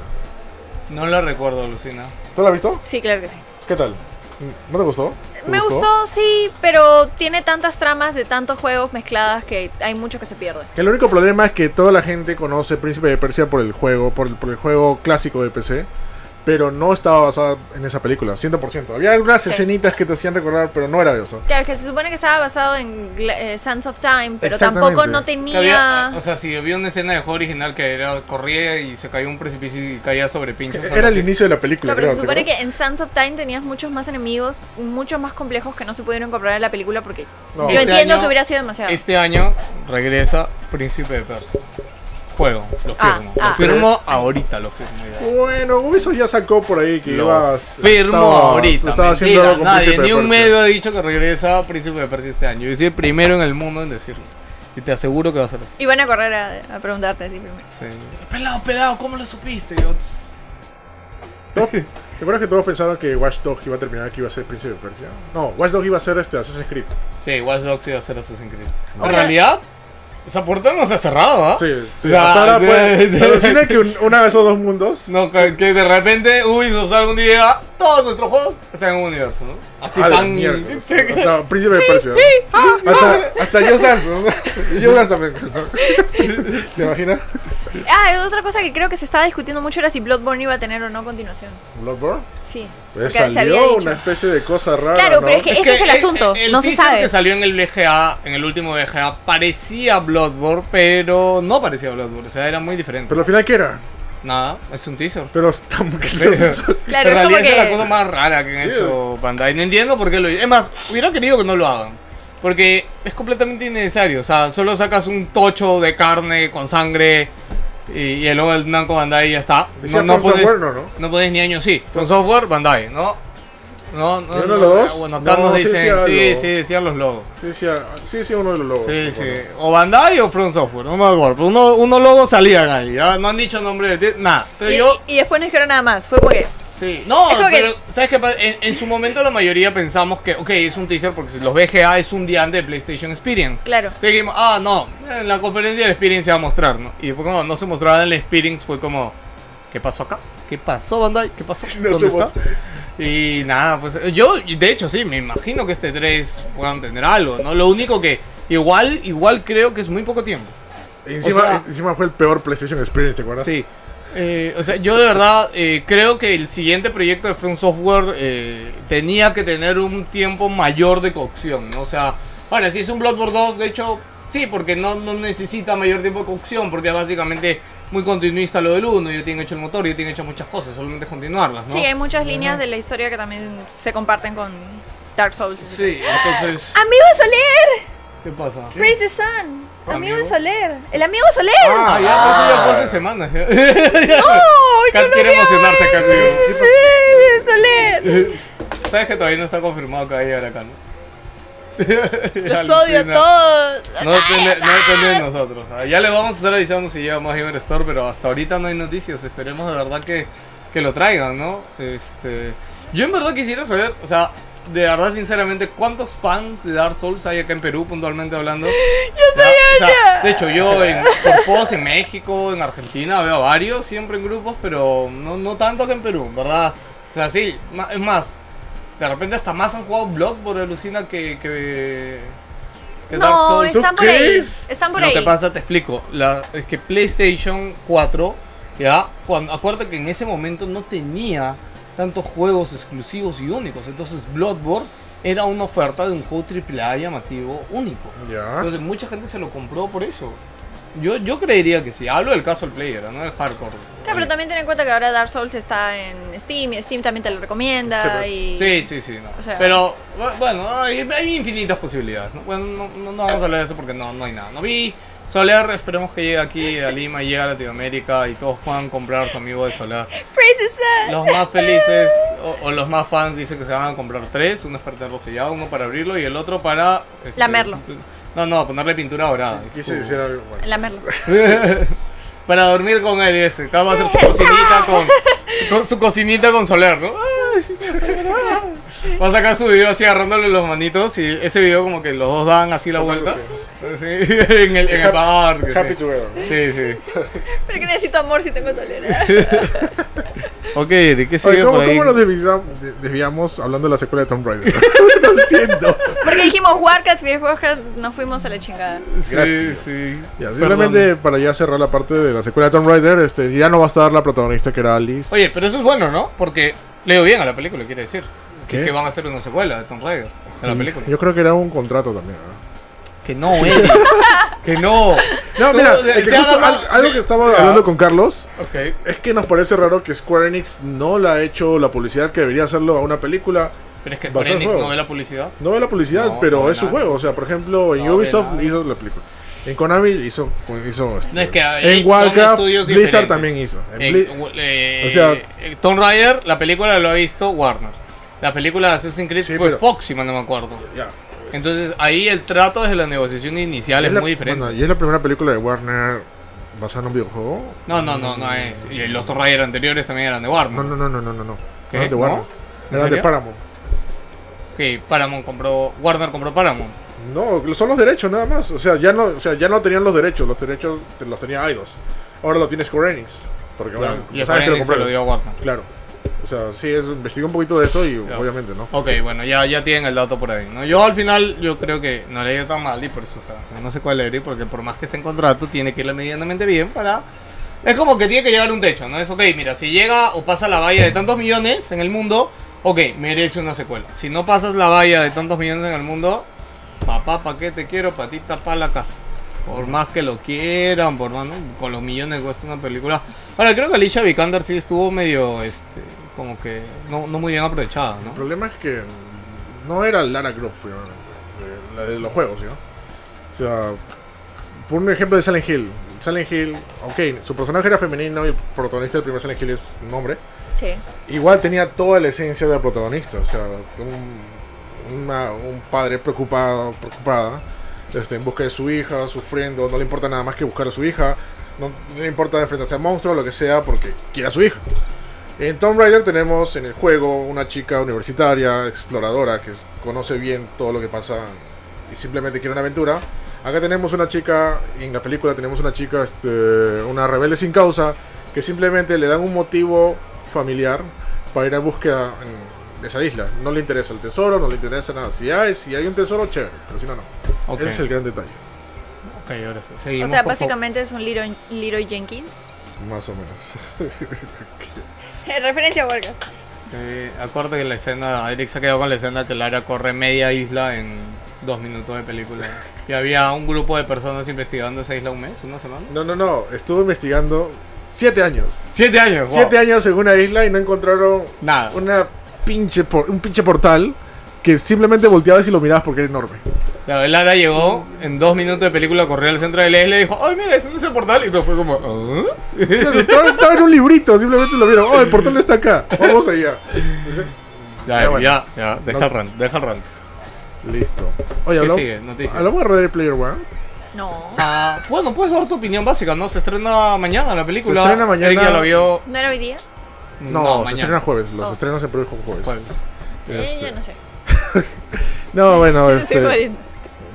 No la recuerdo, Lucina. ¿Tú la has visto? Sí, claro que sí. ¿Qué tal? Mm, ¿No te gustó? ¿Te Me gustó, sí, pero tiene tantas tramas de tantos juegos mezcladas que hay mucho que se pierde. El único problema es que toda la gente conoce Príncipe de Persia por el juego, por el, por el juego clásico de PC, pero no estaba basada en esa película, 100%. Había algunas Sí. escenitas que te hacían recordar, pero no era eso. Claro, que se supone que estaba basado en Gla- eh, Sands of Time, pero Exactamente. tampoco no Que había- ah, tenía... o sea, si había una escena de juego original que era corría y se cayó un precipicio y caía sobre pinchos. o algo Era el así. inicio de la película, No, pero se creo, ¿te supone que acuerdas? en Sands of Time tenías muchos más enemigos, muchos más complejos que no se pudieron comprar en la película porque No. yo Este entiendo año- que hubiera sido demasiado. Este año regresa Príncipe de Persia. Juego, lo Ah, firmo. ah. Lo firmo ahorita, lo firmo. ya. Bueno, Ubisoft ya sacó por ahí Pues, que Lo ibas. firmo estaba- ahorita. Estaba haciendo Mentira, algo con nadie, Príncipe de ni un Persia. medio ha dicho que regresa Príncipe de Persia este año. Yo soy el primero en el mundo en decirlo. Y te aseguro que va a ser así. Y van a correr a, a preguntarte a ti primero. Sí. Pelado, pelado, ¿cómo lo supiste? Yo, tss. Top. ¿Te acuerdas que todos pensaron que Watch Dogs iba a terminar que iba a ser Príncipe de Persia? No, Watch Dogs iba a ser este Assassin's Creed. Sí, Watch Dogs iba a ser Assassin's Creed. No. En realidad, esa puerta no se ha cerrado, ¿ah? Sí, sí. O sea, hasta ahora de- puede- de- me alucina que un- una de esos dos mundos. No, que, que de repente Ubisoft algún día diga, todos nuestros juegos están en un universo, ¿no? Así a Ah, la tan... miércoles. Hasta Príncipe de Persia. hasta, hasta Just Dance. ¿no? Just Dance también. ¿no? ¿Te imaginas? Ah, otra cosa que creo que se estaba discutiendo mucho era si Bloodborne iba a tener o no continuación. Bloodborne. Sí. Pues porque se había salió dicho. una especie de cosa rara. Claro, ¿no? pero es que- Ese es el eh, asunto, eh, el no se teaser sabe. que salió en el BGA, en el último BGA, parecía Bloodborne, pero no parecía Bloodborne, o sea, era muy diferente. Pero al final, ¿qué era? Nada, es un teaser. Pero está muy- Claro, en es como realidad esa es la que- cosa más rara que han Sí. hecho Bandai. No entiendo por qué lo Es más, hubiera querido que no lo hagan. Porque es completamente innecesario. O sea, solo sacas un tocho de carne con sangre y, y el logo del Namco Bandai y ya está. Decía From Software, ¿no, no? no pones ni año, sí. Con software, Bandai, ¿no? No, no, ¿Eran los dos? ah, Bueno, acá No, nos sí dicen, decía sí, algo. sí, decían los logos. Sí, sí, ah, sí, sí, uno de los lobos. Sí, me sí. acuerdo. O Bandai o From Software, no me acuerdo. Pero uno, unos logos salían ahí, ¿ya? No han dicho nombre de ti- nada. Entonces Y, yo. y después no dijeron nada más. Fue como que. Sí. No, Es como que- pero ¿sabes qué pasa? En, en su momento la mayoría pensamos que, ok, es un teaser porque los BGA es un día antes de PlayStation Experience. Claro. Entonces dijimos, ah, no, en la conferencia del Experience se va a mostrar, ¿no? Y después como no se mostraba en el Experience fue como, ¿qué pasó acá? ¿Qué pasó, Bandai? ¿Qué pasó? No ¿Dónde se está? mostró. Y nada, pues yo, de hecho, sí, me imagino que este 3 puedan tener algo, ¿no? Lo único que, igual, igual creo que es muy poco tiempo. Encima, O sea- encima fue el peor PlayStation Experience, ¿te acuerdas? Sí. Eh, o sea, yo de verdad eh, creo que el siguiente proyecto de From Software eh, tenía que tener un tiempo mayor de cocción, ¿no? O sea, ahora si es un Bloodborne 2, de hecho, sí, porque no, no necesita mayor tiempo de cocción, porque básicamente muy continuista lo del 1, yo tienen hecho el motor, yo tienen hecho muchas cosas, solamente es continuarlas, ¿no? Sí, hay muchas líneas de la historia que también se comparten con Dark Souls. Sí, entonces, amigo Soler, ¿qué pasa? praise the sun. Amigo ¿Amigo? Soler, el amigo Soler. Ah, ya, pues eso ya fue hace semanas. ya. ¡No! Kat yo no quiere veo emocionarse pues. el- acá, amigo. el Soler. Sabes que todavía no está confirmado que vaya a ir acá, ¿no? Los odio a Alucina. todos. No depende, no depende de nosotros. Ah, Ya les vamos a estar avisando si llega más Gamer Store, pero hasta ahorita no hay noticias. Esperemos de verdad que, que lo traigan, ¿no? Este, yo en verdad quisiera saber, o sea, de verdad, sinceramente, ¿cuántos fans de Dark Souls hay acá en Perú, puntualmente hablando? Yo soy De hecho, yo en Corpos, en México, en Argentina, veo a varios siempre en grupos, pero no, no tanto acá en Perú, ¿verdad? O sea, sí, ma- es más, de repente hasta más han jugado Bloodborne, alucina, que, que, que Dark No, Souls. están ¿Tú por ahí. crees? Están por Lo ahí. que pasa, te explico. La, es que PlayStation 4, ya, cuando, acuérdate que en ese momento no tenía tantos juegos exclusivos y únicos. Entonces, Bloodborne era una oferta de un juego AAA llamativo único. Ya. Entonces, mucha gente se lo compró por eso. Yo, yo creería que sí. Hablo del caso del player, no del hardcore. Claro, pero también ten en cuenta que ahora Dark Souls está en Steam y Steam también te lo Sí, recomienda. pues. y- Sí, sí, sí. no. O sea- pero bu- bueno, hay, hay infinitas posibilidades. ¿no? Bueno, no, no- no vamos a hablar de eso porque no, no hay nada. No vi Soler, esperemos que llegue aquí a Lima, llegue a Latinoamérica y todos puedan comprar su amigo de Soler. Praise the sun. Los más felices o, o los más fans dicen que se van a comprar tres: uno es para tenerlo sellado, uno para abrirlo y el otro para. este, Lamerlo. No, no, ponerle pintura dorada. Quise Su- decir algo. bueno. La merla. para dormir con él ese. Acá va a hacer su cocinita con. Su, co- su cocinita con Soler, ¿no? Ay, sí, con Soler. Va a sacar su video así agarrándole los manitos y ese video como que los dos dan así la vuelta. Sí, en el, en el parque. sí. Happy together. ¿no? Sí, sí. Pero que necesito amor si tengo ¿eh? solera. Ok, Eric, ¿qué Oye, sigue ¿cómo, por ahí? ¿Cómo nos desviamos, de- desviamos hablando de la secuela de Tomb Raider? no entiendo. Porque dijimos Warcraft y después Warcraft nos fuimos a la chingada. Sí, Gracias. sí. Ya, Perdón. simplemente para ya cerrar la parte de la secuela de Tomb Raider, este, ya no va a estar la protagonista que era Alice. Oye, pero eso es bueno, ¿no? Porque leo bien a la película, quiere decir. Así ¿Qué? Mm. que van a hacer una secuela de Tomb Raider. A la película. Yo creo que era un contrato también. ¿no? Que no, Eric. que no. No, Tú, mira, se- es que se ha justo ganado- al- algo que estaba Ya. hablando con Carlos Ok. es que nos parece raro que Square Enix no le ha hecho la publicidad que debería hacerlo a una película. Pero es que Basado Square en Enix juego. no ve la publicidad. No ve la publicidad, No, pero no ve es su nada. juego. O sea, por ejemplo, en No ve Ubisoft nada. hizo la película. En Konami hizo. hizo este, No, es que hay- en son Warcraft, estudios Blizzard diferentes. también hizo. En Eh, Bli- w- eh, o sea- eh, Tomb Raider, la película lo ha visto Warner. La película de Assassin's Creed Sí, fue pero- Fox, si mal no me acuerdo. ya. Entonces ahí el trato desde la negociación inicial es, la- muy diferente. bueno, y es la primera película de Warner basada en un videojuego. no, no, no, no es. Y los Tomb Raider anteriores también eran de Warner. No, no, no, no, no, no, no. ¿Qué? Eran de Warner. ¿No? ¿En Eran de serio? Paramount. Que Paramount compró. Warner compró Paramount. No, son los derechos nada más. O sea, ya no, o sea, ya no tenían los derechos. Los derechos te- los tenía Eidos. Ahora lo tiene Square Enix. Porque Claro, bueno, y el sabes que lo se lo compraron. dio a Warner. Claro. O sea, sí, es, investigué un poquito de eso y Claro. obviamente, ¿no? Ok, bueno, ya, ya tienen el dato por ahí. ¿no? Yo al final, yo creo que no le he ido tan mal y por eso está. o sea, no sé cuál leeré, porque por más que esté en contrato, tiene que irle medianamente bien para. Es como que tiene que llegar a un techo, ¿no? Es ok, mira, si llega o pasa la valla de tantos millones en el mundo, ok, merece una secuela. Si no pasas la valla de tantos millones en el mundo, papá, ¿pa' qué te quiero? Patita pa' la casa. Por más que lo quieran, por más, ¿no? Con los millones que cuesta una película. Ahora, creo que Alicia Vikander sí estuvo medio, este, como que no, no muy bien aprovechada, ¿no? El problema es que no era Lara Croft, pero, eh, la de los juegos, ¿no? O sea, por un ejemplo de Silent Hill. Silent Hill, ok, su personaje era femenino y el protagonista del primer Silent Hill es un hombre. Sí. Igual tenía toda la esencia del protagonista, o sea, un, una- un padre preocupado, preocupada, este, en busca de su hija, sufriendo, no le importa nada más que buscar a su hija, no, no le importa enfrentarse a monstruos, lo que sea, porque quiere a su hija. En Tomb Raider tenemos en el juego una chica universitaria, exploradora, que es- conoce bien todo lo que pasa y simplemente quiere una aventura. Acá tenemos una chica, y en la película tenemos una chica, este, una rebelde sin causa, que simplemente le dan un motivo familiar para ir a búsqueda en- de esa isla. No le interesa el tesoro, no le interesa nada. Si hay, si hay un tesoro, chévere, pero si no, no. Ok, Ese es el gran detalle, ok, ahora sí. Seguimos O sea, por favor. básicamente es un Leroy, Leroy Jenkins. más o menos. Referencia a Warcraft. Sí, acuérdate que la escena, Eric se ha quedado con la escena que Lara corre media isla en dos minutos de película. Y había un grupo de personas investigando esa isla un mes, una semana. No, no, no, estuve investigando siete años. Siete años, wow. Siete años en una isla y no encontraron Nada. una pinche por- un pinche portal que simplemente volteabas y lo mirabas porque era enorme. La Lara llegó en dos minutos de película, corrió al centro de la isla y dijo, ¡ay, mira, ese no es el portal! Y todo fue como, "¿Ah?". Estaba, estaba en un librito, simplemente lo vieron. Oh, el portal está acá, vamos allá. Dice, Ya, Ya, ya, bueno. ya, deja No. el rant, deja el rant. Listo. Oye, ¿Qué hablamos, sigue? Noticias. hablamos de Ready Player One. No. Ah, bueno, puedes dar tu opinión básica, ¿no? Se estrena mañana la película. estrena mañana. Eric ya la vio. ¿No era hoy día? Mm, No, se estrena jueves. Los Oh. estrenos se producen jueves. Jueves. Eh, Este, yo no sé. No, bueno, Estoy este. jodiendo.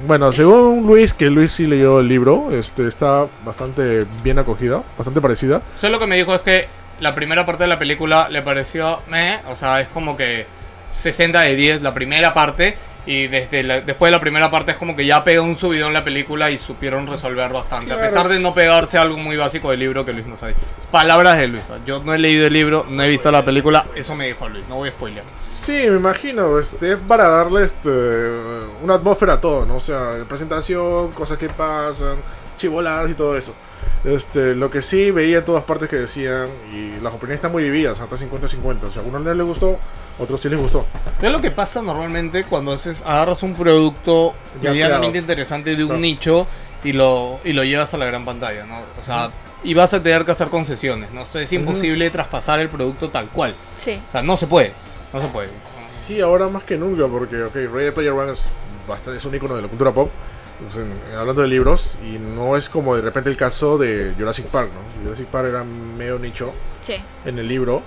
Bueno, según Luis, que Luis sí leyó el libro, este está bastante bien acogida, bastante parecida. Solo lo que me dijo es que la primera parte de la película le pareció meh, o sea, es como que 60 de 10 la primera parte y desde la- después de la primera parte es como que ya pegó un subidón la película y supieron resolver bastante, a Claro. pesar de no pegarse a algo muy básico del libro que Luis nos ha dicho. Palabras de Luis, yo no he leído el libro, no he visto la película, eso me dijo Luis, no voy a spoilear. Sí, me imagino, este, es para darle este, una atmósfera a todo, ¿no? O sea, presentación, cosas que pasan, chivoladas y todo eso. Este, lo que sí veía en todas partes que decían, y las opiniones están muy divididas, hasta 50-50. O sea, a algunos no les gustó, a otros sí les gustó. Es lo que pasa normalmente cuando haces, agarras un producto Ya medianamente creado. interesante de un Claro. nicho y lo, y lo llevas a la gran pantalla, ¿no? O sea, y vas a tener que hacer concesiones, ¿no? O sea, es imposible traspasar el producto tal cual. Sí. O sea, no se puede, no se puede. Eh, Sí, ahora más que nunca, porque ok, Ready Player One es, bastante, es un icono de la cultura pop, pues, en- hablando de libros, y no es como de repente el caso de Jurassic Park, ¿no? Jurassic Park era medio nicho Sí. en el libro,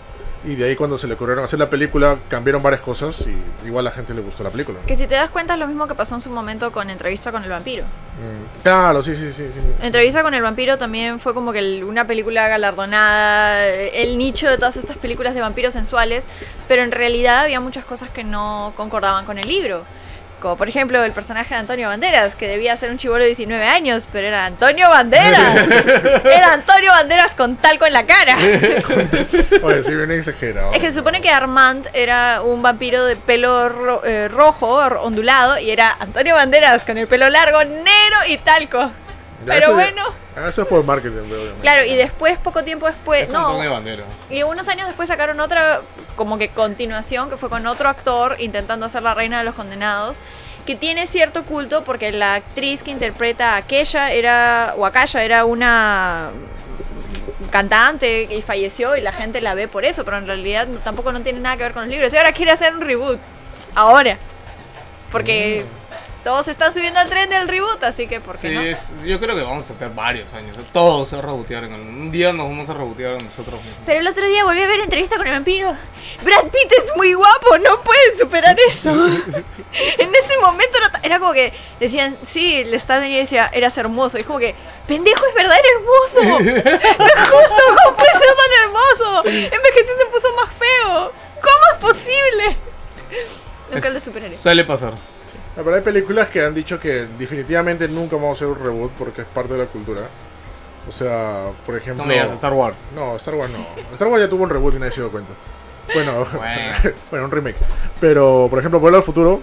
y de ahí cuando se le ocurrieron hacer la película, cambiaron varias cosas, y igual a la gente le gustó la película. ¿no? Que si te das cuenta es lo mismo que pasó en su momento con Entrevista con el Vampiro. Mm, claro, sí, sí, sí. sí. Entrevista con el Vampiro también fue como que el- una película galardonada, eh, el nicho de todas estas películas de vampiros sensuales, pero en realidad había muchas cosas que no concordaban con el libro. Como por ejemplo el personaje de Antonio Banderas, que debía ser un chivolo de 19 años, pero era Antonio Banderas. Era Antonio Banderas con talco en la cara. Oye, sí, bien exagerado. Es que se supone que Armand era un vampiro de pelo ro- eh, rojo, or- ondulado, y era Antonio Banderas con el pelo largo, negro y talco. Ya, Pero eso ya- bueno. ah, Eso es por marketing, obviamente. Claro, y después, poco tiempo después, Es un no, Antonio Banderas. y unos años después sacaron otra, como que continuación, que fue con otro actor intentando hacer la reina de los condenados, que tiene cierto culto porque la actriz que interpreta a aquella era, o Akasha era una cantante y falleció y la gente la ve por eso, pero en realidad no- tampoco no tiene nada que ver con los libros. Y ahora quiere hacer un reboot, ahora, porque todos están subiendo al tren del reboot, así que ¿por qué Sí, no? es- yo creo que vamos a tener varios años. Todos se rebotearon. Un día nos vamos a rebotear a nosotros mismos. Pero el otro día volví a ver entrevista con el vampiro. Brad Pitt es muy guapo, no pueden superar eso. en ese momento no ta- era como que decían, sí, le estaba venía y decía, eras hermoso. Y es como que, pendejo, es verdad, era hermoso. No es justo, ¿cómo puede ser tan hermoso? Envejeció y se puso más feo. ¿Cómo es posible? Nunca Es- lo superaré. Suele pasar. No, Ah, pero hay películas que han dicho que definitivamente nunca vamos a hacer un reboot porque es parte de la cultura. O sea, por ejemplo. No me digas Star Wars. No, Star Wars no. Star Wars ya tuvo un reboot y nadie se dio cuenta. Bueno, Bueno. bueno, un remake. Pero, por ejemplo, Vuelve al Futuro,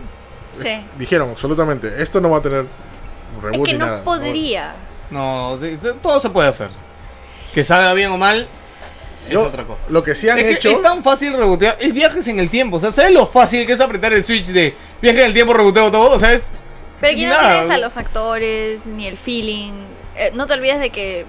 Sí. dijeron absolutamente, esto no va a tener Es reboot que ni nada. no podría. No, sí, sí, todo se puede hacer. Que salga bien o mal, es Yo- otra cosa. Lo que sí han Es, que hecho. es tan fácil rebotear, es viajes en el tiempo. O sea, ¿sabes lo fácil que es apretar el switch de viaje en el tiempo, reboteo todo? O sea, es. Pero aquí no nada. tienes a los actores, ni el feeling. Eh, no te olvides de que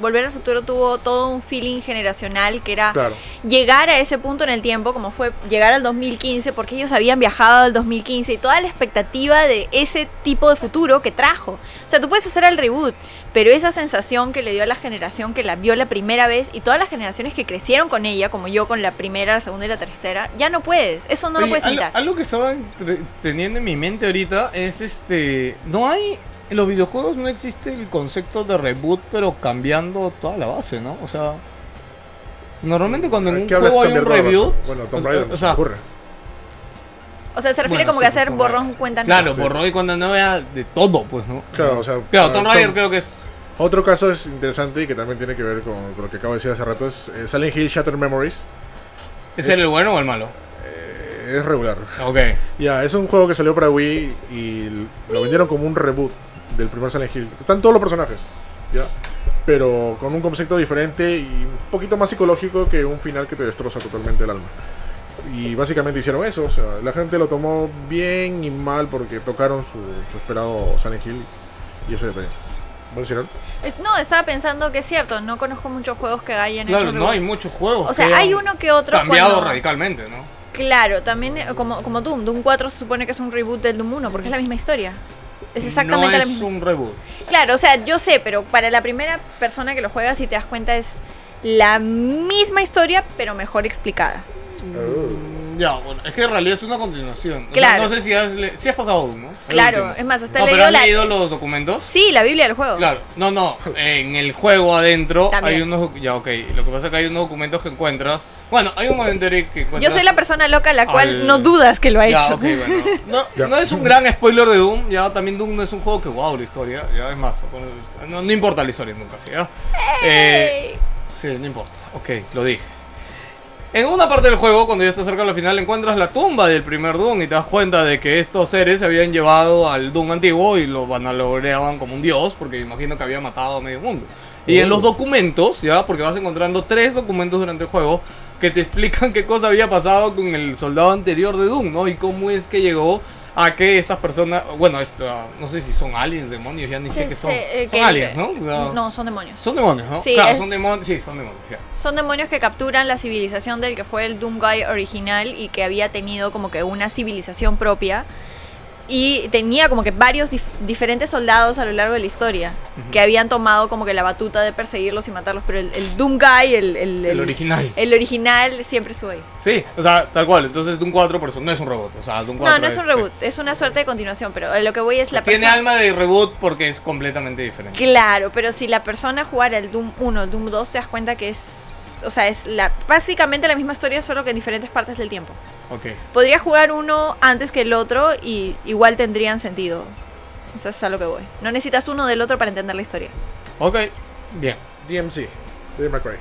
Volver al Futuro tuvo todo un feeling generacional que era Claro. llegar a ese punto en el tiempo, como fue llegar al 2015, porque ellos habían viajado al 2015 y toda la expectativa de ese tipo de futuro que trajo. O sea, tú puedes hacer el reboot, pero esa sensación que le dio a la generación que la vio la primera vez y todas las generaciones que crecieron con ella, como yo con la primera, la segunda y la tercera, ya no puedes. Eso no Oye, lo puedes algo, evitar. algo que estaba entre- teniendo en mi mente ahorita es este. No hay. En los videojuegos no existe el concepto de reboot, pero cambiando toda la base, ¿no? O sea. Normalmente cuando en un ¿Qué hablas juego hay cambiar un toda la review. razón? Bueno, Tomb Raider, o sea, se ocurre. O sea, se refiere bueno, como sí, que hacer Tomb Raider. borrón cuenta nueva. Claro, borró y cuando no vea de todo, pues, ¿no? Claro, o sea, Claro, ah, Tomb Raider Tom- creo que es. Otro caso es interesante y que también tiene que ver con, con lo que acabo de decir hace rato: es eh, Silent Hill Shattered Memories. ¿Es, Es- el bueno o el malo? Eh, es regular. Ok. Ya, es un juego que salió para Wii y lo vendieron como un reboot del primer Silent Hill. Están todos los personajes, ya. Pero con un concepto diferente y un poquito más psicológico que un final que te destroza totalmente el alma. Y básicamente hicieron eso, o sea, la gente lo tomó bien y mal porque tocaron su, su esperado Silent Hill y ese detalle. ¿Vos hicieron? Es- no, estaba pensando que es cierto, no conozco muchos juegos que hayan Claro, hecho no hay reboot. muchos juegos. O sea, que hay han uno que otro Cambiado cuando- radicalmente, ¿no? Claro, también eh, como, como Doom, Doom 4 se supone que es un reboot del Doom 1 porque es la misma historia. Es exactamente no la es misma. un reboot. Claro, o sea, yo sé, pero para la primera persona que lo juega, si te das cuenta, es la misma historia, pero mejor explicada. Oh. Ya, bueno, es que en realidad es una continuación. O sea, Claro. no sé si has, le- si has pasado uno. ¿no? El Claro, último. es más, hasta he no, leído pero ¿has la- leído los documentos? Sí, la Biblia del juego. Claro, no, no, en el juego adentro También. hay unos... Ya, ok, lo que pasa es que hay unos documentos que encuentras... Bueno, hay un momento en el que encuentras... Yo soy la persona loca la cual pues Al- no dudas que lo ha Ya, hecho. ok, bueno. No, Ya. no es un gran spoiler de Doom, ya también Doom no es un juego que wow la historia, ya es más, no, no importa la historia nunca, ¿sí? ya? Eh, Ey. sí, no importa, ok, lo dije. En una parte del juego, cuando ya estás cerca de la final, encuentras la tumba del primer Doom y te das cuenta de que estos seres se habían llevado al Doom antiguo y lo vanagloreaban como un dios, porque me imagino que había matado a medio mundo. Y en los documentos, ya, porque vas encontrando tres documentos durante el juego que te explican qué cosa había pasado con el soldado anterior de Doom, ¿no? Y cómo es que llegó a que estas personas, bueno, esto, ah, no sé si son aliens, demonios, ya ni sé Sí, qué sí, son. eh, son que- aliens, ¿no? O sea, No, son demonios. Son demonios, ¿no? Sí, claro, es- son demonios, sí, son demonios, ya. Son demonios que capturan la civilización del que fue el Doom Guy original y que había tenido como que una civilización propia. Y tenía como que varios dif- diferentes soldados a lo largo de la historia que habían tomado como que la batuta de perseguirlos y matarlos. Pero el, el Doom Guy, el, el, El original. El original siempre estuvo ahí. Sí, o sea, tal cual. Entonces Doom 4 por eso no es un reboot. O sea, Doom 4 No, no es un reboot, es una suerte de continuación, pero a lo que voy es la Tiene persona. alma de reboot porque es completamente diferente. Claro, pero si la persona jugara el Doom 1, el Doom 2, te das cuenta que es. O sea, es la, básicamente la misma historia, solo que en diferentes partes del tiempo. Ok. Podría jugar uno antes que el otro y igual tendrían sentido. O sea, eso es a lo que voy. No necesitas uno del otro para entender la historia. Ok, bien. DMC, Dave McRae.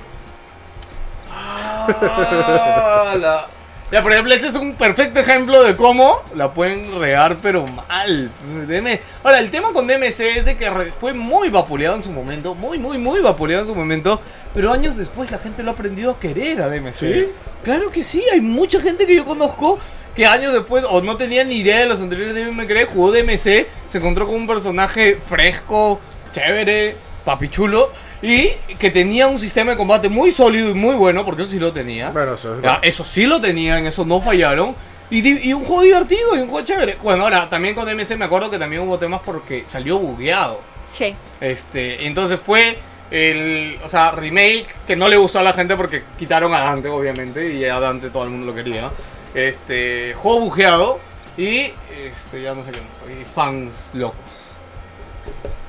Ya, por ejemplo, ese es un perfecto ejemplo de cómo la pueden regar, pero mal. DM. Ahora, el tema con DMC es de que re- fue muy vapuleado en su momento, muy, muy, muy vapuleado en su momento, pero años después la gente lo ha aprendido a querer a DMC. ¿Sí? Claro que sí, hay mucha gente que yo conozco que años después, o no tenía ni idea de los anteriores de McRae, jugó DMC, se encontró con un personaje fresco, chévere, papichulo, y que tenía un sistema de combate muy sólido y muy bueno, porque eso sí lo tenía. Bueno, o sea, Ya, eso sí lo tenían, eso no fallaron. Y, di- y un juego divertido y un juego chévere. Bueno, ahora también con MC me acuerdo que también hubo temas porque salió bugueado. Sí. Este, entonces fue el, o sea, remake que no le gustó a la gente porque quitaron a Dante, obviamente, y a Dante todo el mundo lo quería. Este, juego bugueado y, este, ya no sé qué, y fans locos.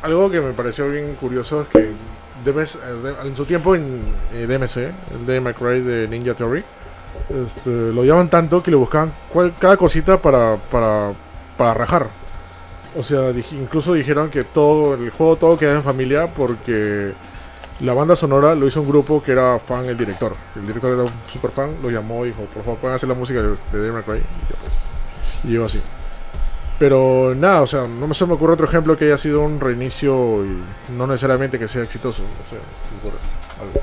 Algo que me pareció bien curioso es que DMS, eh, de- en su tiempo en eh, DMC, el de McRae de Ninja Theory, este, lo llaman tanto que le buscaban cual- cada cosita para, para, para rajar. O sea, dij- incluso dijeron que todo el juego todo quedaba en familia porque la banda sonora lo hizo un grupo que era fan el director. El director era un super fan, lo llamó y dijo, por favor, pueden hacer la música de, de Dave McRae. Y yo, pues, llegó así. Pero nada, o sea, no me se me ocurre otro ejemplo que haya sido un reinicio y no necesariamente que sea exitoso. O sea, se me ocurre algo.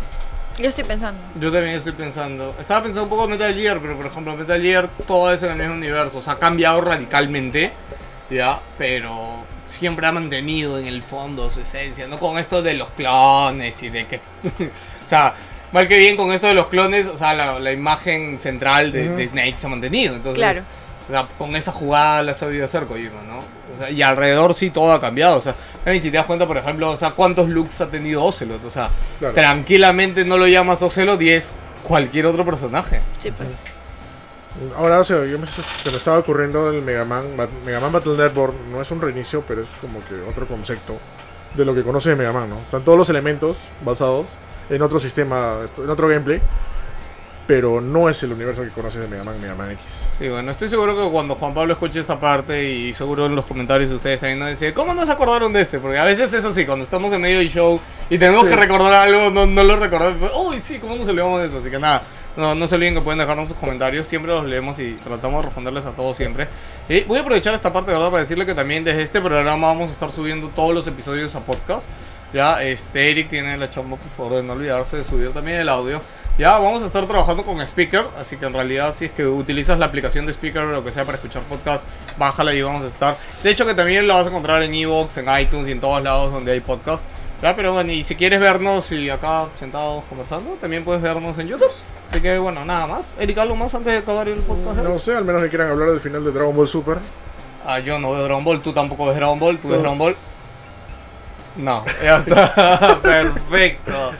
Yo estoy pensando. Yo también estoy pensando, estaba pensando un poco en Metal Gear, pero por ejemplo, Metal Gear todo es en el mismo universo, o sea, ha cambiado radicalmente, ya, pero siempre ha mantenido en el fondo su esencia, ¿no? Con esto de los clones y de que, o sea, mal que bien con esto de los clones, o sea, la, la imagen central de, de Snake se ha mantenido, entonces, Claro. o sea, con esa jugada la ha sabido hacer Kojima, ¿no? O sea, y alrededor sí todo ha cambiado, o sea, también si te das cuenta, por ejemplo, o sea, cuántos looks ha tenido Ocelot, o sea, Claro. tranquilamente no lo llamas Ocelot y es cualquier otro personaje. Sí, pues. Ahora, o sea, yo me- se me estaba ocurriendo el Mega Man, Bat- Mega Man Battle Network. No es un reinicio, pero es como que otro concepto de lo que conoce de Mega Man, ¿no? Están todos los elementos basados en otro sistema, en otro gameplay, pero no es el universo que conoces de Mega Man, Mega Man X. Sí, bueno, estoy seguro que cuando Juan Pablo escuche esta parte y seguro en los comentarios ustedes también van a decir, ¿cómo no se acordaron de este? Porque a veces es así, cuando estamos en medio del show y tenemos Sí. que recordar algo, no, no lo recordamos. pues, Uy, sí, ¿cómo nos olvidamos de eso? Así que nada, no, no se olviden que pueden dejarnos sus comentarios, siempre los leemos y tratamos de responderles a todos siempre. Y voy a aprovechar esta parte, de ¿verdad? Para decirle que también desde este programa vamos a estar subiendo todos los episodios a podcast. Ya, este Eric tiene la chamba por favor, de no olvidarse de subir también el audio. Ya, vamos a estar trabajando con Speaker, así que en realidad si es que utilizas la aplicación de Speaker o lo que sea para escuchar podcast, bájala y vamos a estar. De hecho que también la vas a encontrar en Evox, en iTunes y en todos lados donde hay podcast. Ya, pero bueno, y si quieres vernos y acá sentados conversando, también puedes vernos en YouTube. Así que bueno, nada más. Eric, ¿algo más antes de acabar el podcast? No sé, al menos que quieran hablar del final de Dragon Ball Super. Ah, yo no veo Dragon Ball, tú tampoco ves Dragon Ball, tú ves Dragon Ball. No, ya está. Perfecto.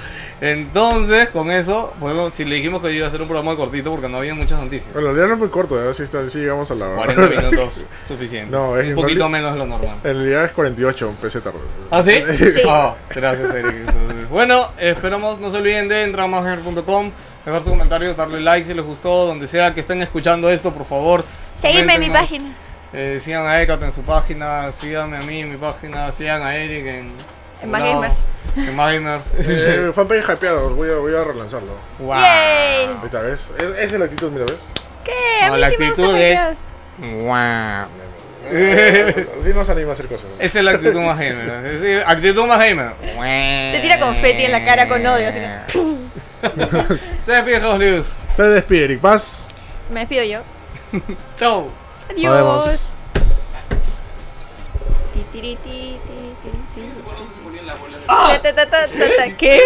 Entonces, con eso, podemos, si le dijimos que hoy iba a ser un programa cortito porque no había muchas noticias. Bueno, en realidad no es muy corto, a ver si, está- si llegamos a la 40 minutos, suficiente. No, es un poquito inválido. menos de lo normal. En realidad es 48, empecé tarde. ¿Ah, sí? Sí. Ah, gracias, Eric. Entonces, bueno, esperamos, no se olviden de entrar a masgamer.com, dejar sus comentarios, darle like si les gustó, donde sea que estén escuchando esto, por favor. Seguirme en mi coméntenos. página. Eh, sigan a Ekat en su página, síganme a mí en mi página, sigan a Eric en. En Más no, Gamers. En Más Gamers. Eh, fanpage hypeado, voy a, voy a relanzarlo. wow. Yay. Ahorita ves. Es- Esa es la actitud, mira, ves. ¿Qué? A No, mí la sí me actitud gustan es- videos. Wow. Ah, Así nos anima a hacer cosas. ¿no? Esa es la actitud más gamer. Es decir, actitud más gamer. Te tira confeti en la cara con odio. Así que, Se despide House News. Se despide Eric Paz. me despido yo. Chau. Adiós. vemos. Ti, tiri, ti, ti, tiri, ti. Ta, ta, ta, ta, ta, ta. ¿Qué?